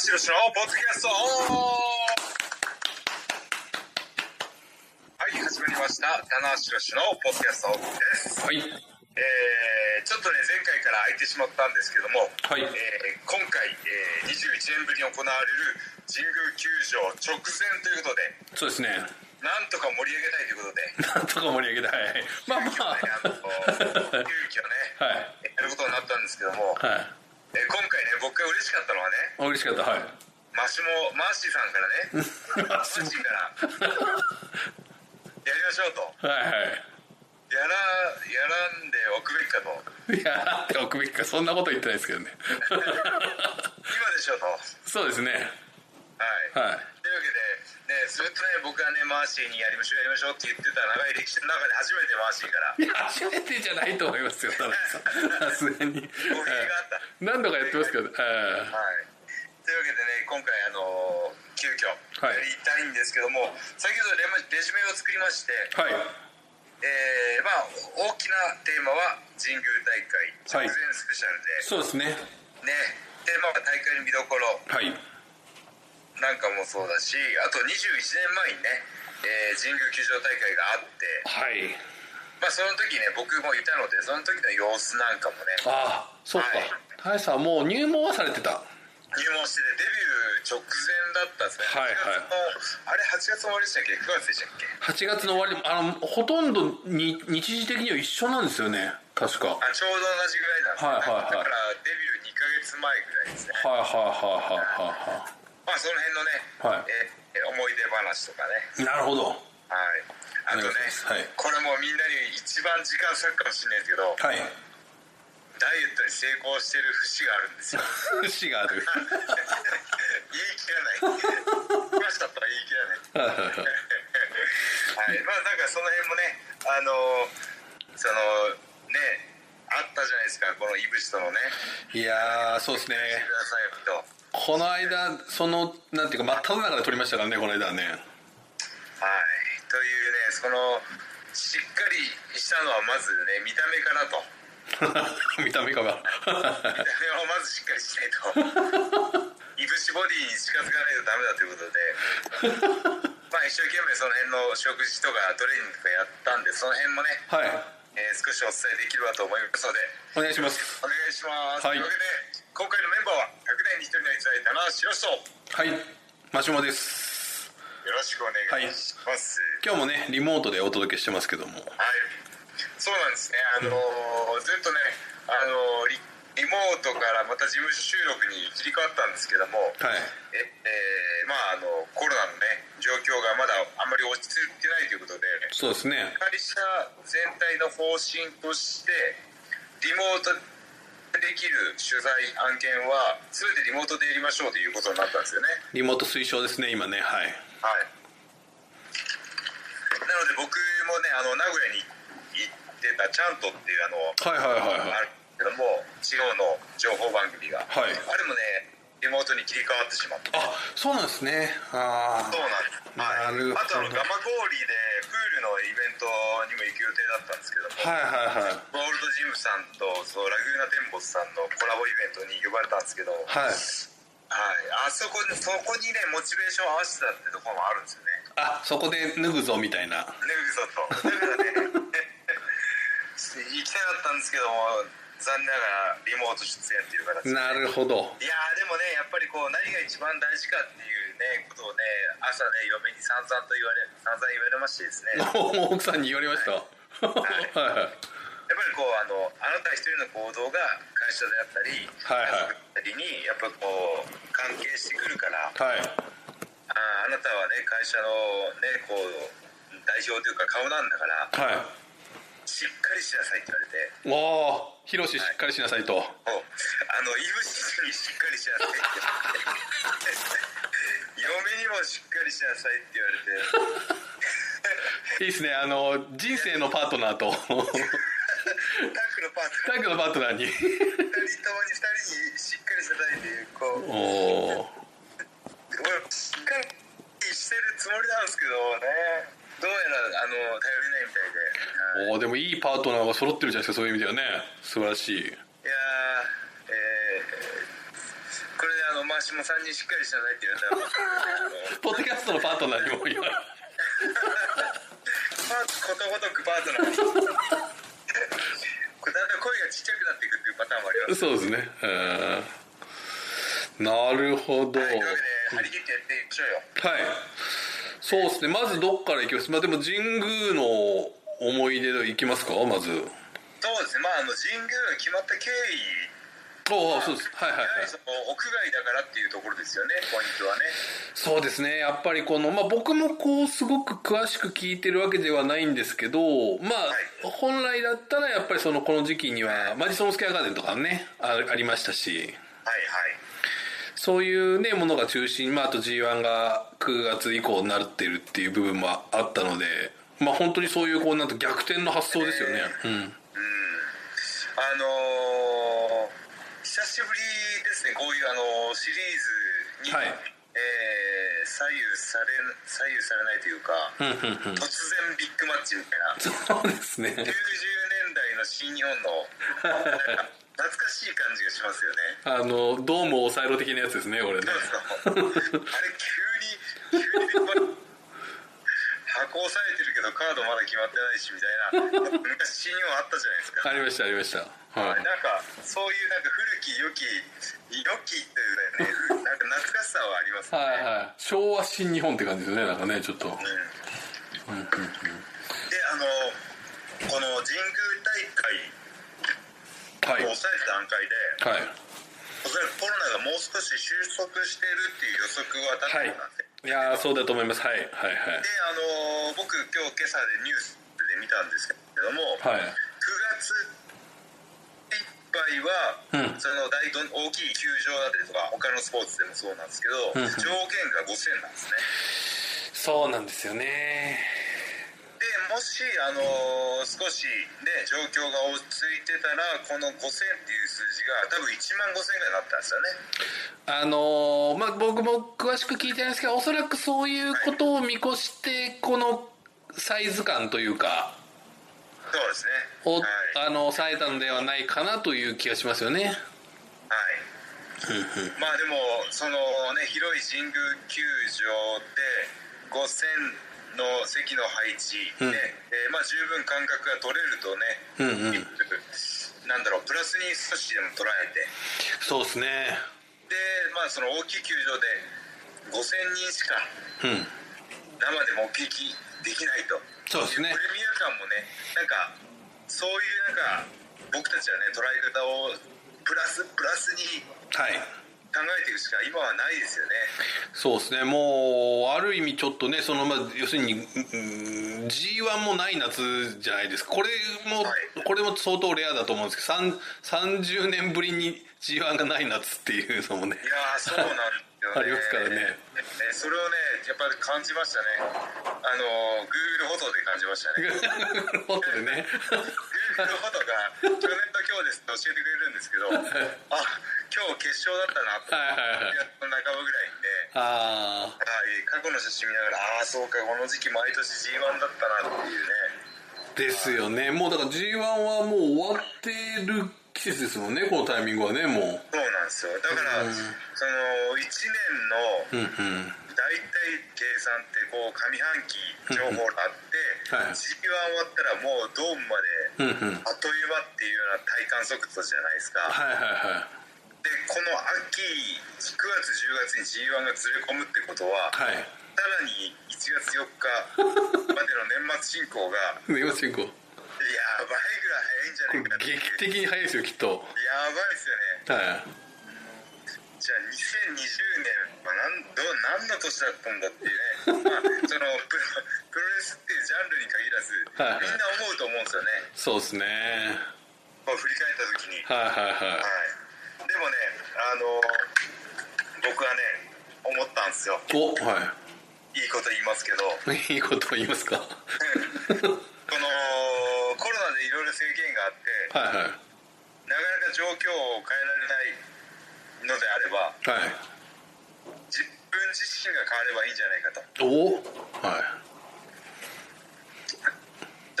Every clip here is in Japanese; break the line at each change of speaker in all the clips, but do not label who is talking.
しろしのポッドキャストオンはい、始まりました。棚橋宏のポッドキャストオンです。
はい。
えー、ちょっとね、前回から空いてしまったんですけども、
はい
えー今回、えー、21年ぶりに行われる神宮球場直前ということで、
そうですね。
なんとか盛り上げたいということで、
なんとか盛り
今日ね、
上げたい。まあま
あの、
あ。
急遽ね、
はい。
やることになったんですけども、
は
え
い。
ー今回ね、僕が嬉しかったのはね、
あ嬉しかった。はい。
マシモマーシーさんから ねマーシーからやりましょうと
はい
やらやらんでおくべきかと
はい。いや、なんておくべきか、そんなこと言ってないですけどね。
今でしょうとは
そうですね。
い、
はい。
というわけで、ね、ずっとね僕はねマーシーにやりましょうやりましょうって言ってた長い歴史の中で初めてマーシーから
いや、初めてじゃないと思いますよ、田中さん。さすがに。はい
語弊があった
何度かやってますけど。は
はいというわけでね今回あのー急遽
はい
やりたいんですけども、先ほどレマレジュメを作りまして、
い。はい。
えーまあ大きなテーマは神宮大会直前
はい
スペシャルで、
そうですね。
ねテーマは大会の見どころ
はい。
なんかもそうだしあと21年前にね、えー神宮球場大会があって、
はい。
まあ、その時ね僕もいたのでその時の様子なんかもね
ああ、そうか
はい。
大佐はもう入門はされてた。
入門しててデビュー直前だったんですね
はいはい
8月のあれ8月終わりでしたっけ9月でしたっけ
8月の終わり、あの、ほとんどに日時的には一緒なんですよね。確か。
あちょうど同じぐらいなんですね、
はいはいはい
だからデビュー2ヶ月前ぐらいですね
はいはいはいはいはいは
まあその辺のね、
はい
えー思い出話とかね
いなるほど
はいあとね
お願いしますはい
これもうみんなに一番時間割くかもしれないですけど
はい
ダイエットに成功してる節があるんですよ
節がある
言い切らない今しかったら言い切らない
はいはいはい
はいまあなんかその辺もねあのそのねあったじゃないですかこの井口とのね
いやーそうですね
「ください」と
この間そのなんていうか真っ只中で撮りましたからねこの間はね
はいというねそのしっかりしたのはまずね見た目からと
見た目かが
見た目を まずしっかりしないといぶしボディに近づかないとダメだということでまあ一生懸命その辺の食事とかトレーニングとかやったんでその辺もね、
はい
えー少しお伝えできればと思いますので
お願いします
お願いします、
はい
というわけで今回のメンバーは100年に1人の逸材棚橋宏人
はいマシュモです
よろしくお願いします
今日もねリモートでお届けしてますけども
はい、そうなんですねあのーずっとねあのーリリモートからまた事務所収録に切り替わったんですけども、
はい
ええーまああのコロナのね状況がまだあんまり落ち着いてないということで
そうですね
会社全体の方針としてリモートできる取材案件は全てリモートでやりましょうということになったんですよね
リモート推奨ですね今ねはい
はいなので僕もねあの名古屋に行ってたちゃんとっていうあの
はいはいは
あ
いはい
るけども地方の情報番組が、
は
あ
い
れもねリモートに切り替わってしまった
あそうなんですねあ
そうなんです、はい、
なるほ
あとあ
ど
のガマゴーリーでプールのイベントにも行く予定だったんですけども
あ
ゴー
はいはいはい
ルドジムさんとそのラグーナテンボスさんのコラボイベントに呼ばれたんですけど、はい、
はい
あそこにそこにねモチベーションを合わせてたってところもあるんですよね
あそこで脱ぐぞみたいな
ねぐさと だからね行きたかったんですけども残念ながらリモート出演っていう形で
なるほど
いやーでもねやっぱりこう何が一番大事かっていうねことをね朝ね嫁に散々と言われ散々言われましてですね
も う奥さんに言われました。はいはい
やっぱりこうあのあなた一人の行動が会社であったり、
はいはい
家族だったりにやっぱこう関係してくるからあ
はい
ーあなたはね会社のねこう代表というか顔なんだから
はい。
しっかりしなさいって言われて
おお、ひろししっかりしなさいと。
もうあのいぶしにしっかりしなさいって言われて嫁にもしっかりしなさいって言われて。
いいですね。あの人生のパートナー と
タックのパートナー
タッグのパートナーに。
2人ともに2人にしっかりしなさいっていうこう
おお。
俺しっかりしてるつもりなんですけどねどうやらあの頼りないみたいで
おお、でもいいパートナーが揃ってるじゃないですか。そういう意味ではね、素晴らしい。
いやーえーこれであのマー話も3人しっかりしなさいって言われたらあの
ポッドキャストのパートナーにも言われる
パーことごとくパートナーにだんだん声がちっちゃくなっていくっていうパターンもあります
そうですねうんなるほどはい
というわけで張り切ってやっていきましょうよ
そうですねまずどっから行きますまあでも神宮の思い出で行きますかまず
そうですねまああの神宮が決まった経緯
おおそうですはいはいはい
やはりその屋外だからっていうところですよねポイントはね
そうですねやっぱりこの、まあ、僕もこうすごく詳しく聞いてるわけではないんですけどまあ本来だったらやっぱりそのこの時期にはマジソンスケアガーデンとかねあありましたし
はいはい
そういうねものが中心、まあ、あと G1 が9月以降になってるっていう部分もあったのでまあ本当にそういうこうなんて逆転の発想ですよね、うん
あのー久しぶりですねこういうあのーシリーズに、
はい
えー左右され左右されないというか突然ビッグマッチみたいな
そうですね
90年代の新日本のなんか懐かしい感じがしますよね
あのドーム抑えろ的なやつですねこれ
そ
ね
う そうあれ急に急に ビッグマッチ箱押さえてるけどカードまだ決まってないしみたいな昔新日本あったじゃないですか
ありましたありましたは
なん
い
かそういうなんか古き良き良きというかねなんか懐かしさはありますね、
はいはい昭和新日本って感じですねなんかねちょっと
であのこの神宮大会
はい。
を抑えた段階で
はい。
おそらくコロナがもう少し収束してるっていう予測は立ってたんで、
いやーそうだと思います。はい。はい
であの僕今日今朝でニュースで見たんですけども、
はい。
9
はい。
月いっぱいは、
うん
その大どん大きい球場だったりとか他のスポーツでもそうなんですけど、
んうん
条件が5000なんですね
そうなんですよね。
でもし、あのー少し、ね、状況が落ち着いてたらこの5000っていう数字が多分1万5000ぐらいになったんですよね
あのーまあ僕も詳しく聞いてないんですけど、おそらくそういうことを見越してこのサイズ感というか
そうですね
を、
はい、はい、
あの抑えたのではないかなという気がしますよね。
まあでもそのね広い神宮球場で5000の席の配置で、えー
うん
まあ、十分間隔が取れると
うん
ね、
うん。
なんだろうプラスに少しでも捉えて
そうですね。
でまあその大きい球場で5000人しか
うん。
生で目撃できないと
そうですね
プレミア感もねなんかそういうなんか僕たちはね捉え方をプラスプラスに
はい。
考えていくしか今はないですよね
そうですね、もう、ある意味ちょっとね、その、まあ、要するに、うーん G1 もない夏じゃないですか。これも、
はい
これも相当レアだと思うんですけど、さん30年ぶりに G1 がない夏っていうのもね
い。やーそうなんですよね
ありますからね
ねそれをねやっぱり感じましたねあのー Google フォトで感じましたね
ホテルね。
Google フォトが去年と今日ですって教えてくれるんですけどあ今日決勝だったなと
はいはいはい
9。月の半ばぐらいにねは
あ
い、過去の写真見ながらああそうかこの時期毎年 G1 だったなっていうね
ーですよね。もうだから G1 はもう終わってる季節ですもんね、このタイミングはね、もう。
そうなんですよだから、その1
う
年の
んうん。
大体計算ってこう上半期情報があって、
うんはい
G1 終わったらもうドームま
うん
で
うん。
あっという間っていうような体感速度じゃないですか
はいはいは。
でこの秋9月10月に G1 がずれ込むってことはい
はい。
さらに1月4日までの年末進行が
ね、よしんこ。
やばいぐらい早いんじゃないかなってい
劇
う
的に早いですよ、きっと。
やばいですよね
はい。
じゃあ2020年は何どう何の年だったんだっていうね、まあ、そのプロプロレスっていうジャンルに限らず
は
み
い
んな思うと思うんですよね
そうですね。
こう振り返った時に、はい、
はいはいは
でもねあの僕はね思ったんですよ
い。お、はい
いこと言いますけど こ
い。いいこと言いますか。 は
のコロナでいろいろ制限があって
いはい。はい。
なかなか状況を変えられないのであれば自分自身が変わればいいんじゃないかと
お、は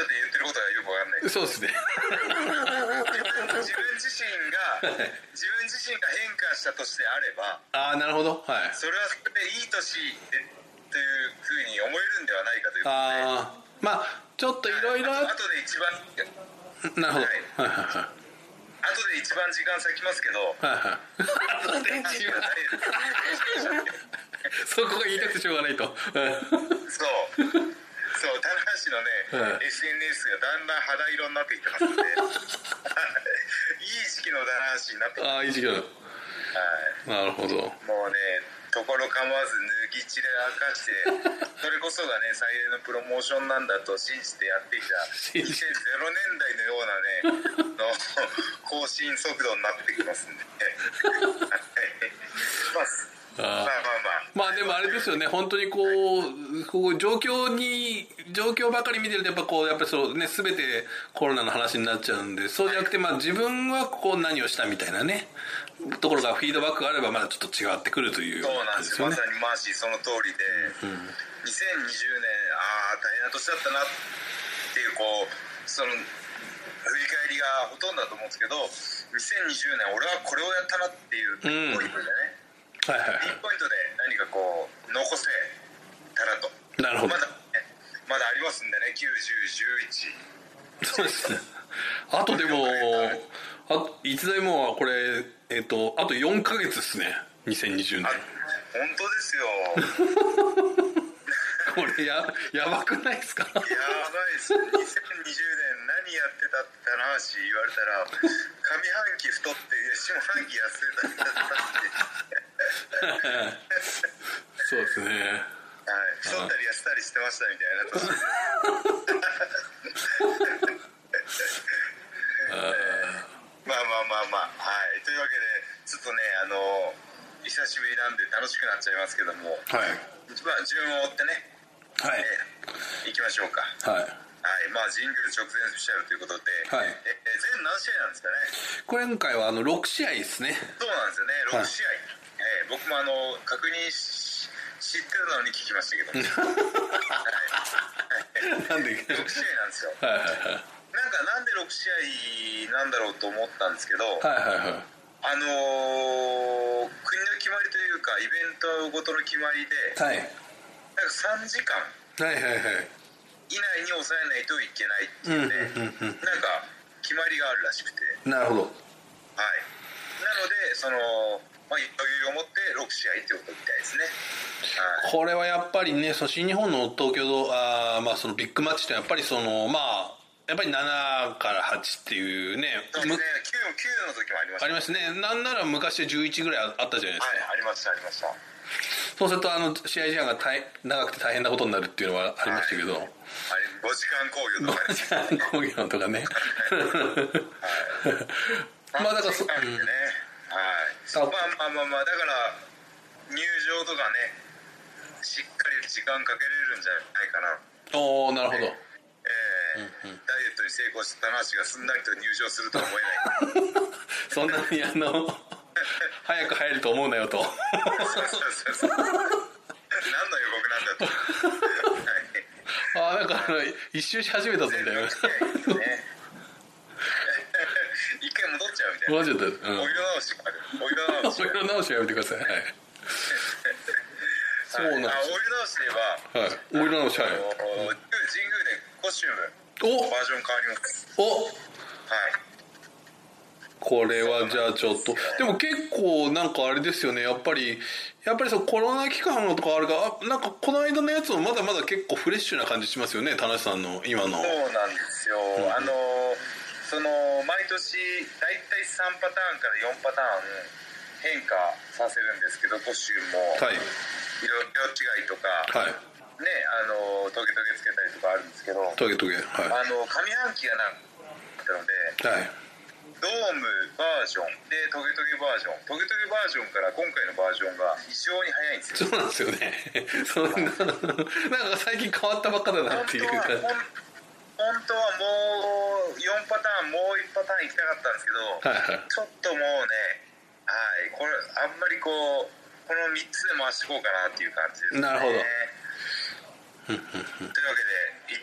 ちょっと言ってることがよくわかんない
い。そうですね。
自分自身が自分自自身が変化したとしてあれば
ああなるほどはい
それはそれでいい年でというふうに思えるんではないかということで
ああまあちょっといろいろ
あとで一番
なるほどは
はい
いはいはい
あとで一番時間割きますけど
はいはい電池がそこが言いたくてしょうがないとうん
そうそう棚橋のね、
はい
SNS がだんだん肌色になってきてますんでいい時期の棚橋になってきて、
ああいい授業だ
はい
なるほど
もうねところ構わず脱ぎ散らかして それこそがね最大のプロモーションなんだと信じてやってきた
信
2000
じて
年代のようなねの更新速度になってきますん で、はいまあ、まあまあ
あー
まあ
まあでもあれですよね本当にこうこう状況に状況ばかり見てるとやっぱこうやっぱりそうね全てコロナの話になっちゃうんでそうじゃなくてまあ自分はこう何をしたみたいなねところがフィードバックがあればまだちょっと違ってくるという
そうなんですよ
感
ま
じ
さにマーシーその通りで、2020年ああ大変な年だったなっていうこうその振り返りがほとんどだと思うんですけど2020年俺はこれをやったなっていうピンポイントでね、
はいはい
ピンポイントで何かこう残せたらと
なるほど
まだねまだありますんでね9011
そうですねあとでもあいつでもはこれえっ、とあと4ヶ月ですね2020年
あ本当ですよ
これややばくないですか
やばいです2020年何やってたって話言われたら上半期太って下半期痩せただったって
そうですね
はい、太ったり痩せたりしてましたみたいな年 まあまあまあまあはいというわけでちょっとねあの久しぶりなんで楽しくなっちゃいますけども
はい
まあ順を追ってね、
はい
えー、いきましょうかは
はい
いまあ神宮直前スペシャルということで、
はい
えー全何試合なんですかね
これ今回はあの6試合ですね
そうなんですよね
はい
6試合、えー僕もあの確認し知ってるのに聞きましたけど
なんで
6試合なんですよ
はいはい
なんかなんで6試合なんだろうと思ったんですけど、
はいはいはいはい
あのー国の決まりというかイベントごとの決まりで
はい
なんか3時間
はいはいはい
以内に抑えないといけないっていうね、なんか決まりがあるらしくて、
なるほど
はい、なのでその、まあ、余裕を持って6試合ということみたいですね、はい、
これはやっぱりねその新日本の東京ドあーまあそのビッグマッチってやっぱりそのまあやっぱり7から8っていうね
そうですね 9,
む
9の時もありまし
あ
た
りますねなんなら昔は11ぐらいあったじゃないですか、
はいありましたありました
そうするとあの試合時間が大長くて大変なことになるっていうのはありましたけ ど、
あれ5時間工業とかです
5時間講義のとかね まあだからそ、う
ね、
ん
はい、まあまあまあまあだから入場とかねしっかり時間かけれるんじゃないかな
おおなるほど
ええダイエットに成功した話がすんなりと入場するとは思えない
そんなにあの早く入ると思うなよと
そうそうそうそう何の予告なんだとはい
ああなんかあの一周し始めたぞみたいな
ね 一回戻っちゃうみたいな
マジで、うん、
お色直しがあるお色直し
お
がある
色直しはやめてください、はい、そうなんで
あお色直しで言えば
す、はい、お色直しは
あの
い
神宮でコスチューム
お
バージョン変わります
お
はい
これはじゃあちょっとでも結構なんかあれですよねやっぱりやっぱりそうコロナ期間のとかあるからあなんかこの間のやつもまだまだ結構フレッシュな感じしますよね田中さんの今のはい
そうなんですよ、あのその毎年大体3パターンから4パターン変化させるんですけどコスチュームも
はい
色色違いとか、ねあのトゲトゲつけたりとかあるんですけどあ
トゲトゲは
の上半期がなったので
いはい
ドームバージョンでトゲトゲバージョントゲトゲバージョンから今回のバージョンが非常に早いんですよ
そうなんですよねそんななんか最近変わったばっかだなっていう感じ
本当はほん本当はもう4パターンもう1パターン行きたかったんですけど、
はいはい
ちょっともうねはいこれあんまりこうこの3つで回していこうかなっていう感じですね
なるほど
というわけで逸材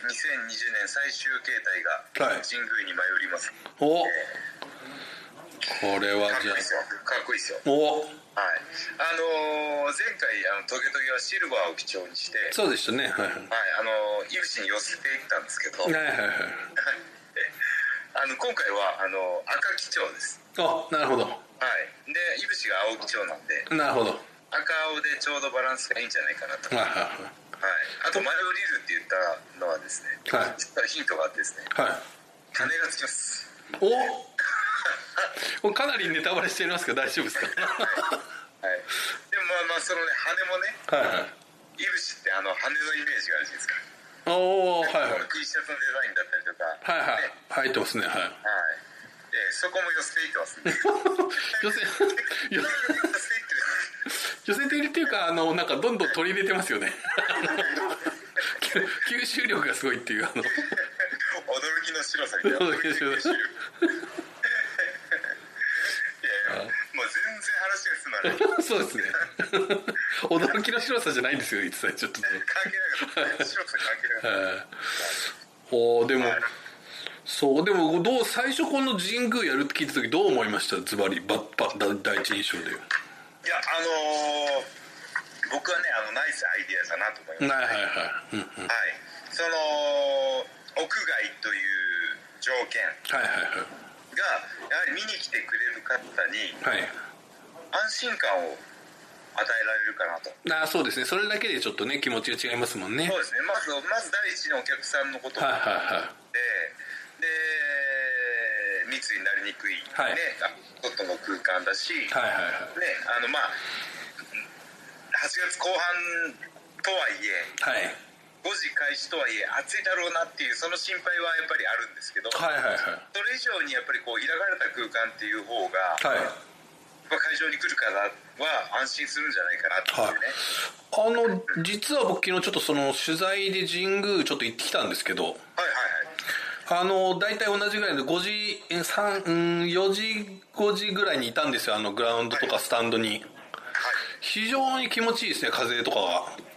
2020年最終形態が
はい
神宮に舞い降ります、
おこれは
かっこい
じゃ
いですよかっこいいですよ
あお
はいあのー前回あのトゲトゲはシルバーを基調にして
そうでしたねはいはい
はいあのーイブシに寄せていったんですけど、
はいはいはい
あの今回はあの赤基調です
あなるほど
はいでイブシが青基調なんで
なるほどはい
赤青でちょうどバランスがいいんじゃないかなと、はい、
はい
あと「前をリル」って言ったのはですね、
はい
実はヒントがあってですね
はいはい
金がつきます
おこれかなりネタバレしてますけど大丈夫です
はいでもまあまあそのね羽もね
かはいはい
イブシってあの羽のイメージがあるじゃないですか
おおはいはい
この T シャツのデザインだったりとか
はいはい
ね
入ってますねはい
はいでそこも寄せていってますね
女性
寄
よ
せていってる
寄せてるっていうかあのなんかどんどん取り入れてますよね 吸吸収力がすごいっていうあの
驚きの白さみた いな
驚きの白さ
いやいやもう全然話が進まない
そうですね 驚きの白さじゃないんですよ言ってたちょっとね
関係なかった白さ関係なかった
おおでもそうでもどう最初この神宮やるって聞いた時どう思いましたズバリバッパだ第一印象で
いやあのー僕はねあのナイスアイディアだなと思います、
はいはいはい、うん、はい
はいその屋外という条件
はい
がやはり見に来てくれる方に
はいはい
安心感を与えられるかなと
あーそうですねそれだけでちょっとね気持ちが違いますもんね
そうですねまずまず第一のお客さんのことを
はい
思っ
はい
てで密になりにくい、
はい
ねあ外の空間だし、
はいはい
ねあ
はい
のまあ8月後半とはいえ
はいはい
5時開始とはいえ暑いだろうなっていうその心配はやっぱりあるんですけど、
はいはいはい
それ以上にやっぱりこう開かれた空間っていう方が、
はい
まあ会場に来る方は安心するんじゃないかなっていうね、
あの実は僕昨日ちょっとその取材で神宮ちょっと行ってきたんですけど
はい、はいはい
あの大体同じぐらいで5時え3うん4時5時ぐらいにいたんですよあのグラウンドとかスタンドに、非常に気持ちいいですね風とか
はい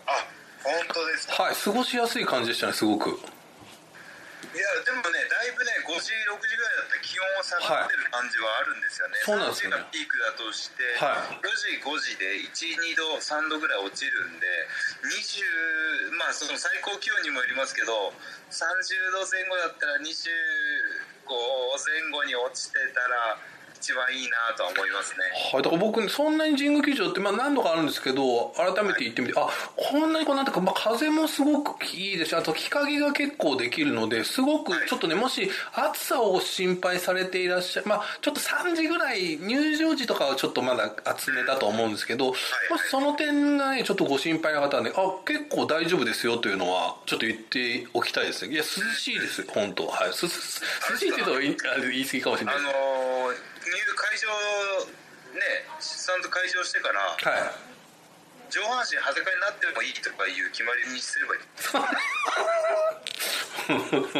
あ本当ですか
がはい過ごしやすい感じでしたねすご
い
く
やでもねだいぶね5時6時ぐらいだったら気温は下がってる感じはあるんですよね、
そうなんですよね
3時がピークだとして、
はい
4時5時で12度3度ぐらい落ちるんで20まあその最高気温にもよりますけど30度前後だったら25前後に落ちてたら一番いいなとは思いますね
はい、だから僕そんなに神宮球場ってまあ何度かあるんですけど改めて行ってみて、あこんなにこうなんていうか、まあ、風もすごくいいですしあと日陰が結構できるのですごくちょっとねもし暑さを心配されていらっしゃまあちょっと3時ぐらい入場時とかはちょっとまだ厚めだと思うんですけど、もしその点がねちょっとご心配な方はねあ結構大丈夫ですよというのはちょっと言っておきたいですねいや涼しいです本当はいすす涼しいって言うと言いあ言い過ぎかもしれない
あ
です
のー、入会場ねスタンド会場してから
はい
上半身裸になってもいいとかいう決まりにすればいいみんな日焼け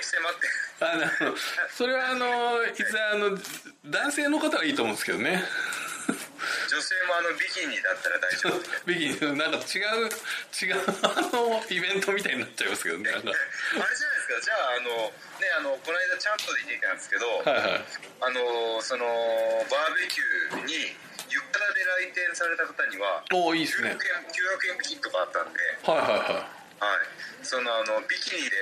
して待って
あのそれはあのいつあの男性の方はいいと思うんですけどね
女性もあのビキニだったら大丈夫みたいな
ビギンなんか違う違うあのイベントみたいになっちゃいますけどねなんか
あれじゃないですかじゃああのねあのこの間チャンプで行ってきたんですけど、
はい
あの
はい
ーそのバーベキューに浴衣で来店された方には
おおいいです
900円
ね
900円ビキンとかあったんで
はいはいは
はいそのあのビキニで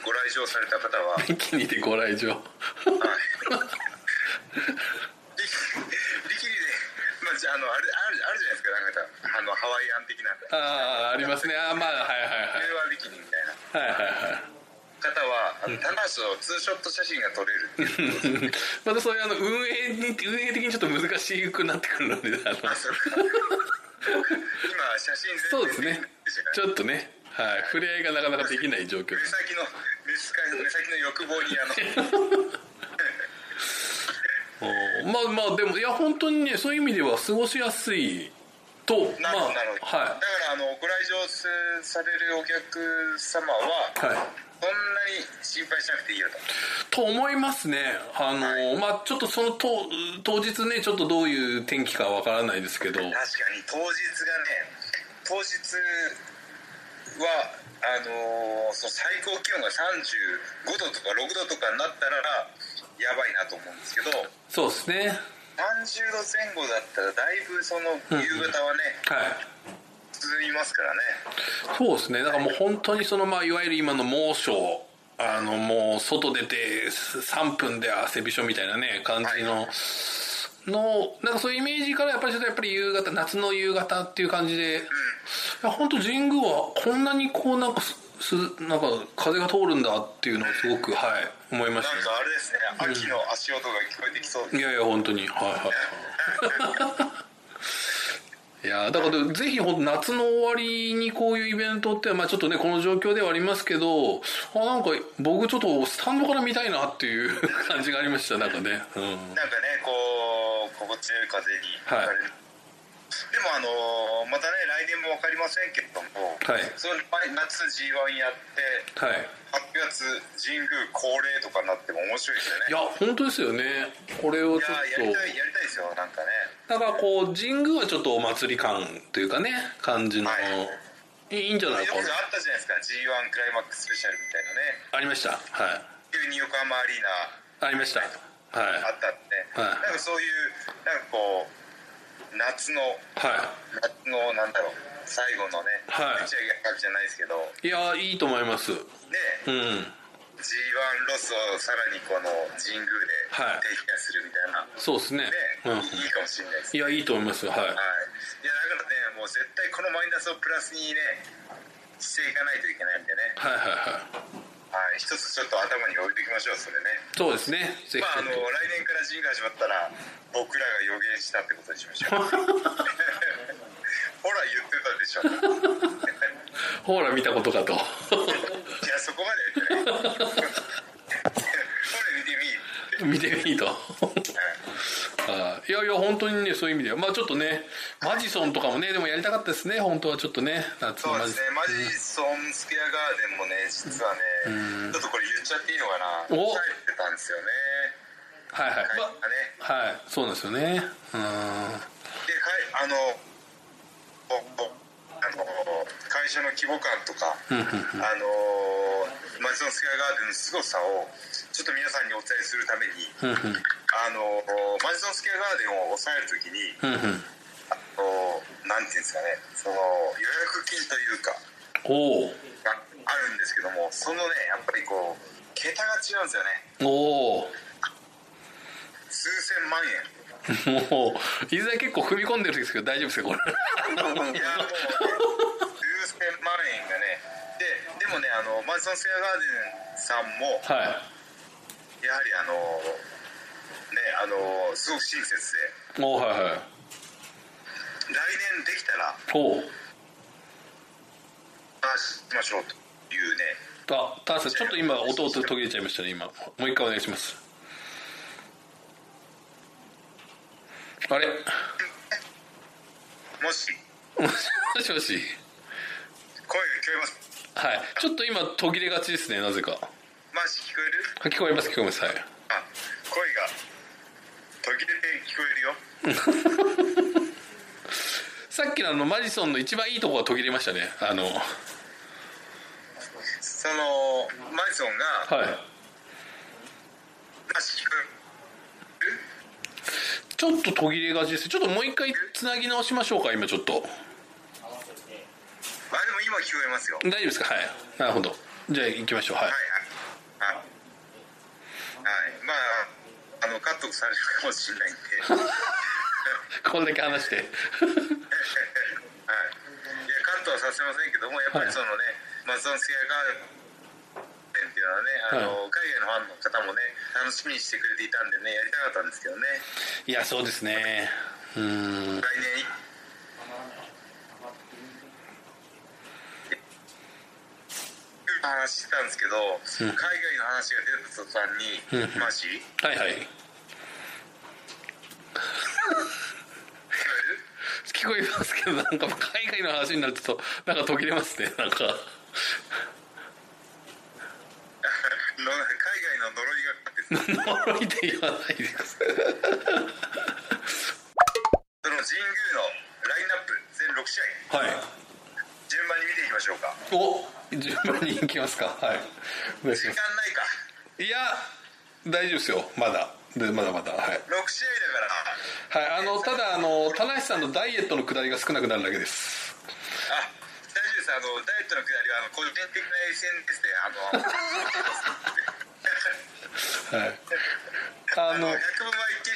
ご来場された方ははい
いビキニでご来
ビ
場
キニビキニでまあじゃああのあるあるあるじゃないですかなんかあのハワイアン的な
ああありますねああまあはい
平和ビキニみたいな
はいはいはいはいはい
方はあの棚橋のツーショット写真が撮れるっていう
またそういうあの運営に運営的にちょっと難しくなってくるのであの
あそうか今写真全
そうですねち
ょっと
ょっとねはい触れ合いがなかなかできない状況
目先の目先目先の欲望にあのはい
おーまあまあでもいや本当にねそういう意味では過ごしやすいと
な
ま
るほどなるほど、
あは
だからあのご来場されるお客様はい
はい
そんなに心配しなくていいよと
と思いますねあのー、まあちょっとその当当日ねちょっとどういう天気かわからないですけど
確かに当日がね当日はあのーその最高気温が35度とか6度とかになったらやばいなと思うんですけど
そうですね
30度前後だったらだいぶその夕方はね、
はい
進みますからね
そうですねだからもう本当にそのまあいわゆる今の猛暑あのもう外出て3分で汗びしょみたいなね感じの、のなんかそういうイメージからやっぱりちょっとやっぱり夕方夏の夕方っていう感じで、いや本当神宮はこんなにこうなんかすすなんか風が通るんだっていうのをすごくはい思いまし
なん
た
かあれですね秋の足音が聞こえてきそうです、
ねいやいや本当にはいはいはいいやーだからぜひ本当夏の終わりにこういうイベントって、まあ、ちょっとねこの状況ではありますけどあなんか僕ちょっとスタンドから見たいなっていう感じがありましたなんかね、うん、
なんかねこう心地よい風に吹かれる、でもあのーまたね来年も分かりませんけれども、
はい
その前夏 G1 やって
はい
8月神宮恒例とかになっても面白いですよね
いや本当ですよねこれをちょっ
いややりたいやりたいですよなんかね
とだからこう神宮はちょっとお祭り感というかね感じの、、
はい
いいんじゃない
よくあ
か
ったじゃないですか G1 クライマックススペシャルみたいなね
ありましたはい
急に横浜アリーナ
ありましたはい
あったんで、
はい
なんかそういうなんかこう夏の
は
夏のなんだろう最後のね、
は
打
い
ち上げ感じじゃないですけど
いいやーいいと思います
ね
う
G1
ん
ロスをさらにこの神宮で
はい
提起するみたいな、
そうですねうん
ね、いいかもしれないです
いやいいと思いますは
はい
い
いやだからねもう絶対このマイナスをプラスにねしていかないといけないんでね、
はいはいはい
はい、一つちょっと頭に置いておきましょうそれね
そうですねぜひ
まああの来年から神宮始まったら僕らが予言したってことにしま しょうほら言ってたでしょ
ほら見たことかと
いやそこまでは言ってないこれ見てみって
見てみいと
はい
あーいやいや本当にねそういう意味ではまあちょっとねマジソンとかもねでもやりたかったですね本当はちょっとね夏
そ
の
うで
マジ
すねマジソンスクエアガーデンもね実はねちょっとこれ言っちゃっていいのかな
お
抑えてたんですよね
はいはい、
はい
ま
ね
はいそうなんですよねうん
でかいあのおおあの会社の規模感とかあのマジソンスクエアガーデンのすごさをちょっと皆さんにお伝えするために
うんうん
あのマジソンスクエアガーデンを抑えるときに
うんうん
あのなんていうんですかねその予約金というか
おー
があるんですけどもそのねやっぱりこう桁が違うんですよね
おお
数千万円
もう伊沢結構踏み込んでるんですけど大丈夫ですかこれ
いやもう、ね、数千万円がねででもねあのマンソンスェアガーデンさんも
は
やはりあのねあのすごく親切で
いおーはいはい
来年できたら
おー
話しましょうというね
あターさんちょっと今音を途切れちゃいましたね今もう一回お願いしますあれ
もし
もしもし
声が聞こえます
はいちょっと今途切れがちですねなぜか
マジ聞こえる
あ聞こえます聞こえますはい
あ声が途切れて聞こえるよ
さっきのあのマジソンの一番いいとこが途切れましたねあのはい
そのマジソンがマジ聞こえる
ちょっと途切れがちですちょっともう一回つなぎ直しましょうか今ちょっと
あでも今聞こえますよ
大丈夫ですかはいなるほどじゃあ行きましょうはい
はいはいはい、はい、まああのカットされるかもしれないんで はい
こんだけ話して
いやカットはさせませんけどもやっぱりそのね、マゾンスケアガーデンっていうのはねあの、海外のファンの方もね楽しみにしてくれていたんでねやりたかったんですけどね
いやそうですねうーん
来年話してたんですけど、海外の話が出た途端に、マジ聞こ
はいはい
える
聞こえますけどなんか海外の話になるとなんか途切れますねなん か
の海外の呪いがかかってて
呪いで言わないでくださ
そ
い
の神宮のラインナップ全6試合
はい
順番に見ていきましょうか
お順番に行きますかはいお願いし
時
ま
間ないか
すいや大丈夫ですよまだでまだまだはい、
6試合だから
はい、あのただあの田無さんのダイエットの下りが少なくなるだけです
あ大丈夫ですあのダイエットのくだりはあの個人的な SNS であの
はい
あ
あ
の
の
100分は一見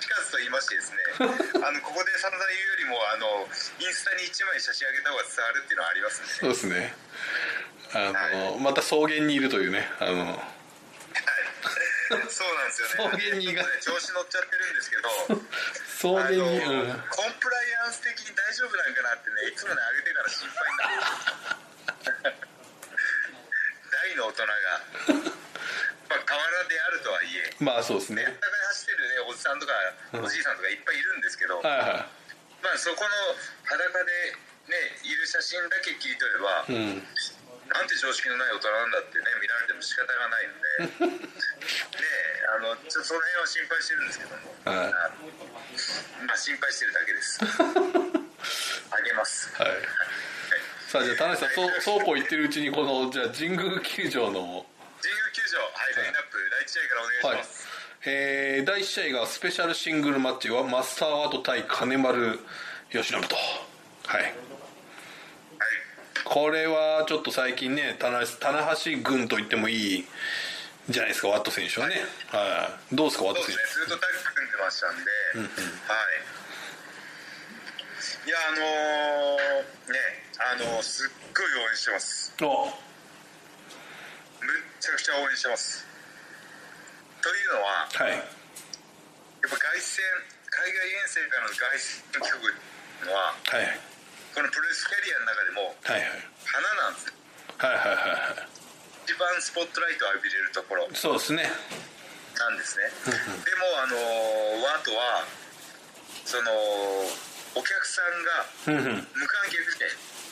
聞かずと言いましてですね あのここで散々言うよりもあのインスタに1枚写真上げた方が伝わるっていうのはありますんで
そうですねあのまた草原にいるというねあ
は
の
いそうなんですよね
草原に意外
調子乗っちゃってるんですけど
草
あ
原に、
の、
うん、
コンプライアンス的に大丈夫なんかなってねいつもね上げてから心配になる 大の大人がまあ河原であるとはいえ
まあそうですね
お互い走ってるねおじさんとかおじいさんとかいっぱいいるんですけど、
はいは
まあそこの裸でねいる写真だけ切り取れば、
いうん
なんて常識のない大人なんだってね見られても仕方がないので ねあのちょその辺は心配してるんですけども、
はい
あまあ心配してるだけですあげます
はい
はい
さあじゃあ田無さんそう そうこう言ってるうちにこのじゃあ神宮球場の
神宮球場はいラインナップ第1試合からお
は
願
い
いします、
えー第1試合がスペシャルシングルマッチはマスターワード対金丸義信とはい
はい、
これはちょっと最近ね棚橋棚橋軍と言ってもいいじゃないですかワット選手はね、はい、どうですかワット
そうで
選
すねずっとタッグ組んでましたんで、はいいやあのーねあのーすっごい応援してます
手お
むっちゃくちゃ応援してますというのは
はい
やっぱ凱旋海外遠征からの凱旋の曲っていうのは
はい
このプロレスキャリアの中でも
はいはい
花なんです
はいはいはいはい
一番スポットライトを浴びれるところ
そうですね
なんですねでもあのーワートはそのお客さんが
うんうんはい
無観客試合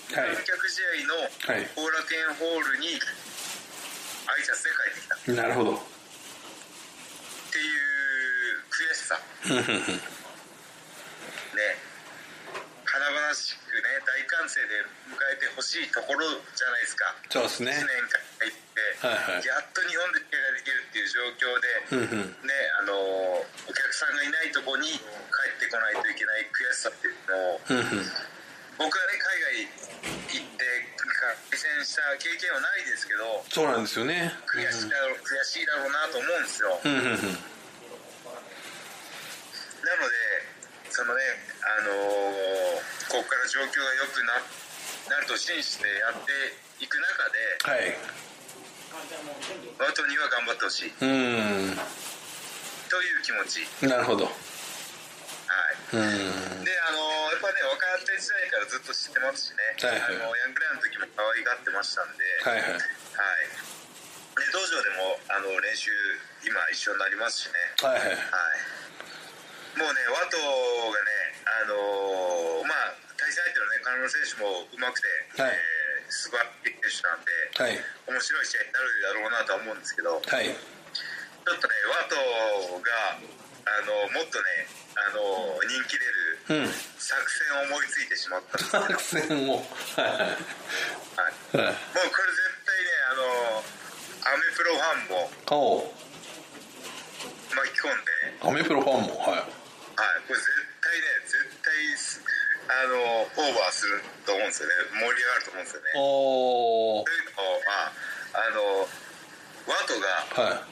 無観客試合の
はい
後楽園ホールに挨拶で帰ってきたっ
なるほど
ていう悔しさ
うんうんうん
ね華々しくね大歓声で迎えてほしいところじゃないですか
そうですね
1年間入って、
はいはい
やっと日本で試合ができるっていう状況で、
うんうん
ねあのーお客さんがいないとこに帰ってこないといけない悔しさっていうのを、
うんうん
僕はね海外行って対戦した経験はないですけど
そうなんですよね
悔しいだろう悔しいだろうなと思うんですよ、
うんうんうん
なので、そのね、あのーここから状況が良くななると信じてやっていく中で、
はい
ワトには頑張ってほしい
うん
という気持ち、
なるほ
は
ど
い、
うん
で、あのーやっぱね、若手時代からずっと知ってますしね、
はいは
あの
い
ヤングライオンの時も可愛がってましたんで、
はいはい
はいで道場でもあの練習、今、一緒になりますしね。
はいはい
はい、もうね、ワトがね、あのーまあ、対戦相手のね、金丸選手もうまくて、
はい
えー素晴らしい選手なんで、
はい
面白い試合になるだろうなとは思うんですけど、ちょっ
はい
とね、ワトが、あのもっとね、あの人気出る
うん
作戦を思いついてしまったんですよ、
作戦をは
はい、
いはいはい
もうこれ絶対ね、あのアメプロファンも
おう
巻き込んで、
アメプロファンもはい
はい、これ絶対ね、絶対すあのオーバーすると思うんですよね、盛り上がると思うんですよね。
おお
というのは、あのワトが
は
あ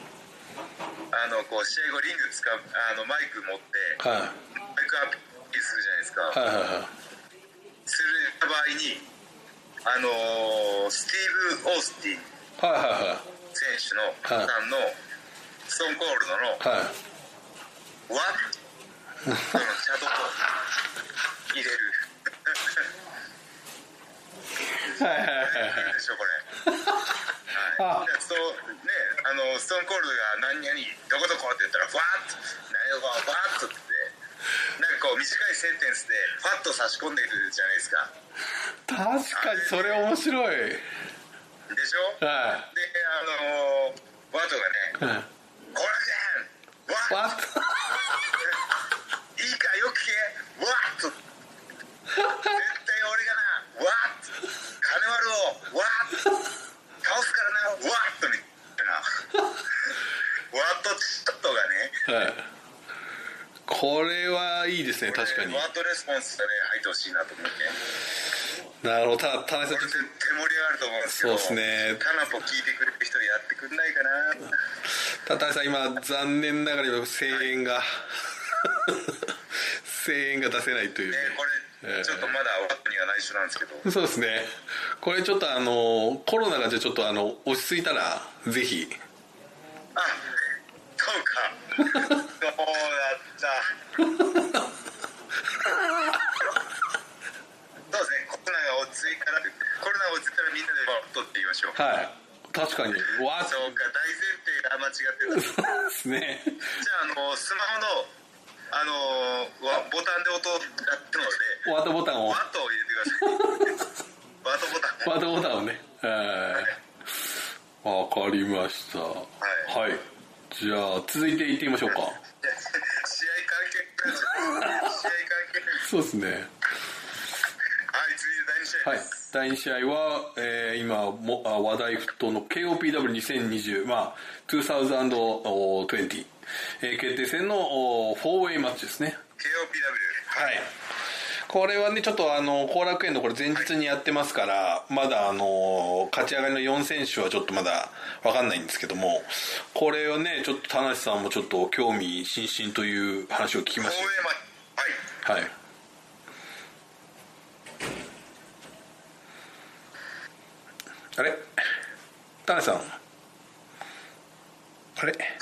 のこう試合後、リング使うあのマイク持って、
いはい
マイクアップするじゃないですか、
はいはいは
する場合に、あのスティーブ・オースティン
いはいは
選手の、
はい
さんのストーンコールドの
いはいは
ワットのシャドウを入れる、
いはいは
い
い
いでしょ、これ。
あ
でそうねあのストーンコールドが何々どこどこって言ったらファーッと何々がファーッとってなんかこう短いセンテンスでファッと差し込んでいくじゃないですか
確かにそれ面白い
でしょ
は
であのーワトが
い
ね
はい
「こらじゃんワッ
わっ
いいかよく聞けワッと」絶対俺がなワッと金丸をワッと倒すからなワッとみたいなワッとチ
ですね確かに
ワンドレスポンスでね入ってほしいなと思って
なるほどただ田中さ
これ
ん
絶対盛り上がると思うんですけど
そうですね
タナポ聞いてくれる人やってくんないかな
たださん今残念ながら今声援が 声援が出せないというね
ねこれちょっとまだワットには内緒なんですけど
そうですねこれちょっとあのコロナがじゃあちょっとあの落ち着いたらぜひ
あそうかそうだったそうですねコロナが落ち着いたらコロナが落ち着いたらみんなでワットって言いましょう
はい確かにわー
そ
そう
うか大前提が間違ってた
で
じ
すね
ゃあ、あのスマホの、あのわボタンで音をやってるので、
ワードボタンを
ワットを入れてください。ワットボタン。
ワードボタンをねはいわかりました
い
はいじゃあ続いていってみましょうか
試合関係ない試合関係ない
そうですね
はい、続いて
は
第
い
2試合です。、
第2試合は、えー今もあ話題沸騰の KOPW2020、まあ、2020、えー決定戦のおー 4way マッチですね。
KOPW。
はい。これはね、ちょっとあの、後楽園のこれ前日にやってますから、まだあの、勝ち上がりの4選手はちょっとまだわかんないんですけども、これをね、ちょっと田無さんもちょっと興味津々という話を聞きま
大
し
江まはい。
た。はい。あれ田無さん。あれ
そうです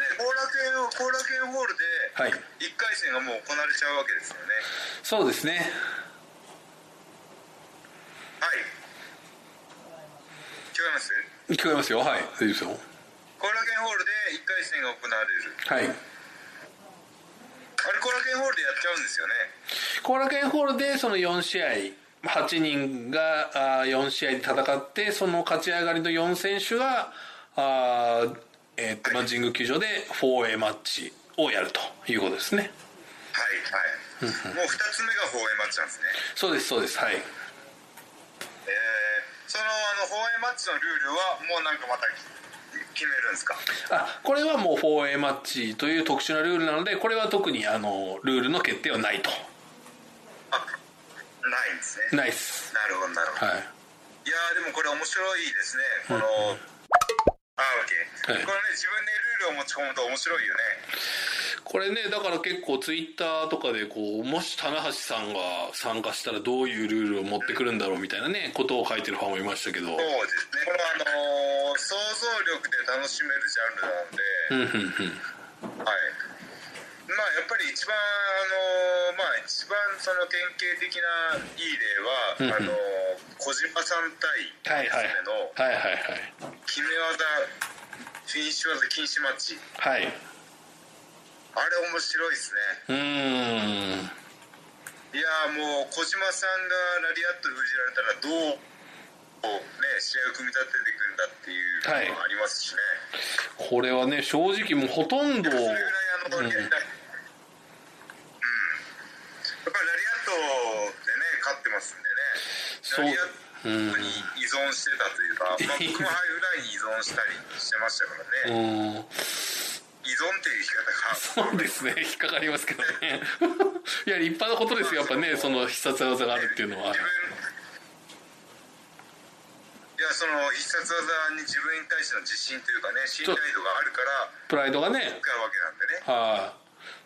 ね、後楽園を、後楽園ホールで、
はい
一1回戦がもう行われちゃうわけですよね。
そうですね。
はい。違います
聞こえますよ。はい。大丈夫ですよ。
後楽園ホールで1回戦が行われる。
はい。
あれ、後楽園ホールでやっちゃうんですよね。
後楽園ホールでその4試合8人があー4試合で戦ってその勝ち上がりの4選手があー、えーとまあ、神宮球場で 4A マッチをやるということですね
はいはい。もう二つ目が放映マッチなんですね。
そうですそうですはい
えー、そのあの放映マッチのルールはもうなんかまた決めるんですか。
あこれはもう 4A マッチという特殊なルールなのでこれは特にあのルールの決定はないと
あ、ないんですね。
ないっす
なるほどなるほど。い、
はい
やーでもこれ面白いですね。この。あオッケー、
はい
これね自分でルールを持ち込むと面白いよね
これねだから結構ツイッターとかでこうもし棚橋さんが参加したらどういうルールを持ってくるんだろうみたいなねことを書いてるファンもいましたけど
そうですねこのあのー想像力で楽しめるジャンルなので、
うんうんうん
はい、まあやっぱり一番あのまあ一番その典型的ないい例は、
うんう
あの
ん
小島さん対
はいはい
の
はいはい
決め技フィニッシュ技禁止マッチ
はいはい
あれ面白いですね
うーん
いやーもう小島さんがラリアット封じられたらどうこうね試合を組み立てていくんだっていうのもありますしね、
これはね正直もうほとんど
それぐらいあの、
うん
やっぱりラリアットでね勝ってますんで
そう
ねラリアットに依存してたというか、まあ、僕もハイフライに依存したりしてましたから
う
ね、
ーん
依存っていう言い方が
そうですね引っかかりますけどね いや立派なことですよやっぱねその必殺技があるっていうのは
自分いやその必殺技に自分に対しての自信というかね信頼度があるから
プライドがね
使うわけなんでね
は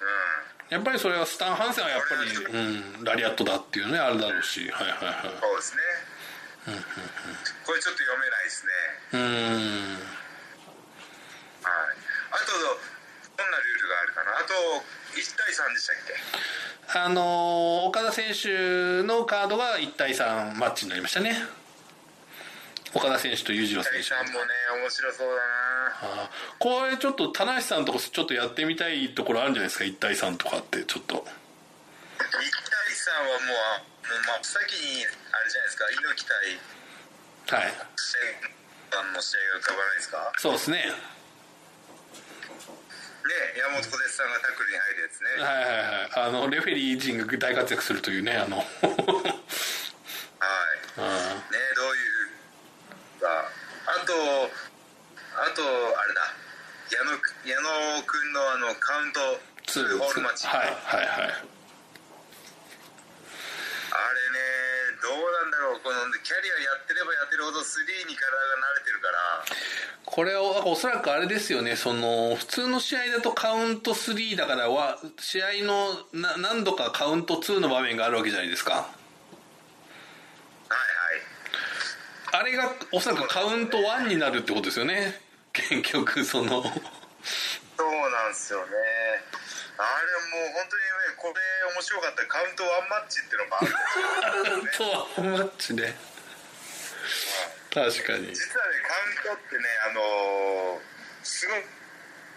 うん
いやっぱりそれはスタン・ハンセンはやっぱり、うん、ラリアットだっていうねあれだろうしはいはいはい
そうですねこれちょっと読めないですね
うーん
はい、あとどんなルールがあるかなあと1対3でしたっけ
あのー岡田選手のカードが1対3マッチになりましたね岡田選手と裕次郎
1
選
対
手
3もね面白そうだな
あーこれちょっと棚橋さんとこちょっとやってみたいところあるんじゃないですか1対3とかってちょっと
1対真はもうあ、まあ、先にあれじゃないですか猪木対
はい
シェンさんの試合が浮かばないですか
そうですね
ね山本小鉄さんがタックルに入るやつ
はい
ね
はいはいあのレフェリー陣が大活躍するというね あの
はい
あ
ねどういうかあとあとあれだ矢野矢野君のあのカウント
ーツー
ホールマッチ
はいはいはい
だろうこのキャリアやってればやってるほど3に体が慣れてるから
これをおそらくあれですよねその普通の試合だとカウント3だからは試合のな何度かカウント2の場面があるわけじゃないですか
はいはい
あれがおそらくカウント1になるってことですよね 結局その
そうなんですよねあれもう本当にねこれ面白かったカウントワンマッチっていうのがある
カウント1マッチね確かに
実はねカウントってねあのーすご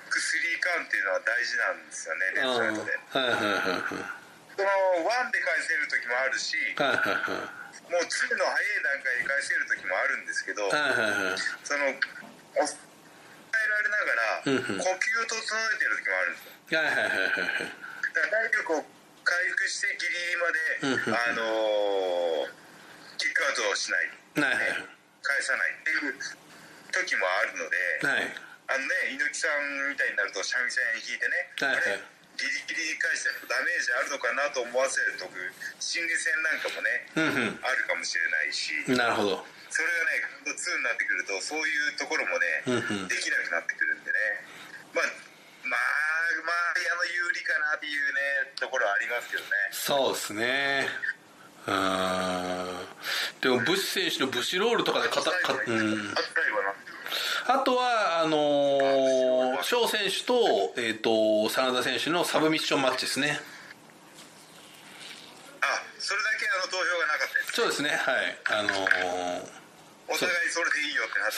くスリーカウンっていうのは大事なんですよねレ
うん
フト
はい
ライトで
はいはいはい
そのワンで返せる時もあるし
はいはいはい
もう2の早い段階で返せる時もあるんですけど
はいはいはい
その抑えられながら呼吸
うんうん
を整えてる時もあるんですよ
はいはいはいはい
だから体力を回復してギリギリまで、あのーキックアウトをしない
はい
返さないっていう時もあるので、
はいはい
あのね猪木さんみたいになると三味線弾いてね、
はいはい
あれギリギリ返してダメージあるのかなと思わせるとく心理戦なんかもね、
うん
あるかもしれないし
うんなるほど
それがね今度2になってくるとそういうところもね、
うんうん
できなくなってくるんでねまあまあまあ矢の有利かなっていうねところはありますけどね
そうですねうーんでもブシ選手のブシロールとかで
あ
かたか
と最後
うん
はな
あとはあのー翔選手と,、えー、と真田選手のサブミッションマッチですね
あそれだけあの投票がなかったです
そうですねはいあの ー
お互いそれでいいよってなっ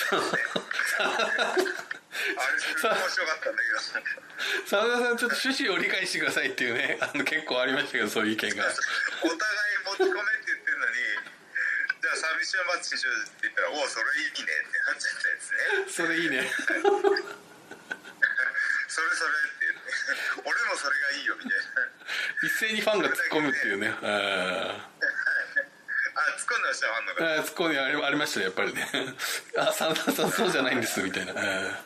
てますね あれすごい面白かったんだけど
真田さんちょっと趣旨を理解してくださいっていうねあの結構ありましたけどそういう意見が
お互い持ち込めって言ってるのにじゃあサービスマッチにしようって言ったら「おおそれいいね」ってなっちゃったですね
それいいね
それそれって言って俺もそれがいいよみたいな
一斉にファンが突っ込むっていうねうんあ
あ突っ込んでましたファンの方
ー突っ込みありありましたねやっぱりね あ真田さんそうじゃないんですみたいなうん
いやいや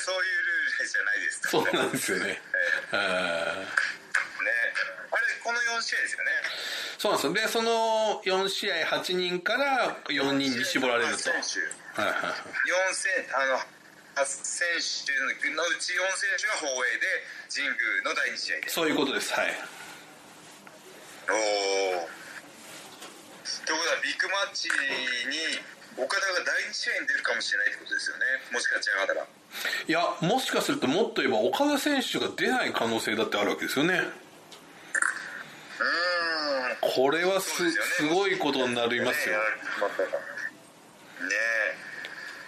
そういうルールじゃないですと
そうなんですよねうん
ねあれこの4試合ですよね
そうなんですよでその4試合8人から4人に絞られると
選手
はいはいはい
4選あの8選手のうち4選手が宝衛で神宮の第2試合で
そういうことですはい
おおということはビッグマッチに岡田が第2試合に出るかもしれないってことですよねもしかち上がったら
いやもしかするともっと言えば岡田選手が出ない可能性だってあるわけですよね
うーん
これはすすごいことになりますよ
ねえまたねえ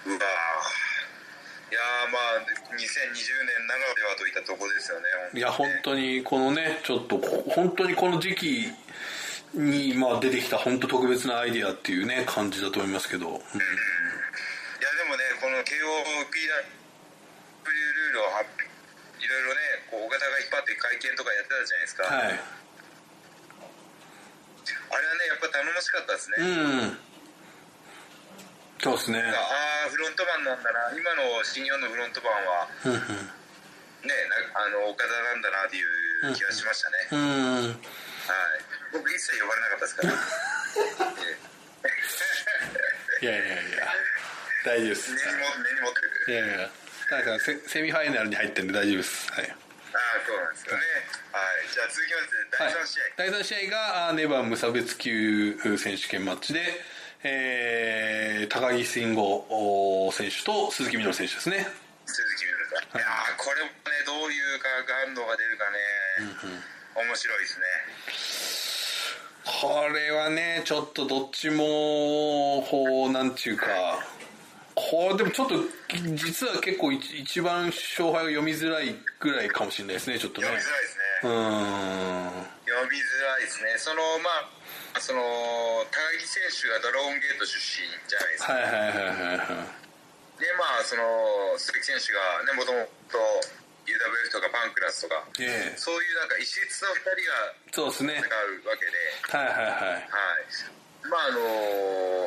うわーいやーまあ2020年ならではといったとこですよね
いや本当にこのねちょっとこ本当にこの時期にまあ出てきた本当特別なアイデアっていうね感じだと思いますけど、うん
いやでもねこの KOP だというルールを発表いろいろねこう岡田が引っ張って会見とかやってたじゃないですか、
はい
あれはねやっぱ頼もしかったです
う
ね、
んそうですね
ああフロントマンなんだな今の新日本のフロントマンは
うんうん
ねなあの岡田なんだなっていう気がしましたね、
うん
はい僕一切呼ばれなかったですからえ え
いやいやいや大丈夫です
根にも根に持って
い
る
やいやだからセセミファイナルに入ってるんで大丈夫ですはい
ああそうなんですよねはいじゃあ続きまして第3試合、
第3試合があーネバー無差別級選手権マッチで、えー高木慎吾おー選手と鈴木みのる選手ですね
鈴木みのるさんいやーこれもねどういう化学反応が出るかね、面白いですね
これはねちょっとどっちもこうなんちゅうかこれでもちょっと実は結構一一番勝敗が読みづらいぐらいかもしれないですねちょっとね
読みづらいです
う
ね、
ーん
読みづらいですねそのまあその高木選手がドラゴンゲート出身じゃないですか、
はいはいはいはいはい
でまあその鈴木選手がねもともと UWF とかパンクラスとか、
ええ
そういうなんか異質の2人
そうですね
が戦うわけで、
はいはいはい
はい、ま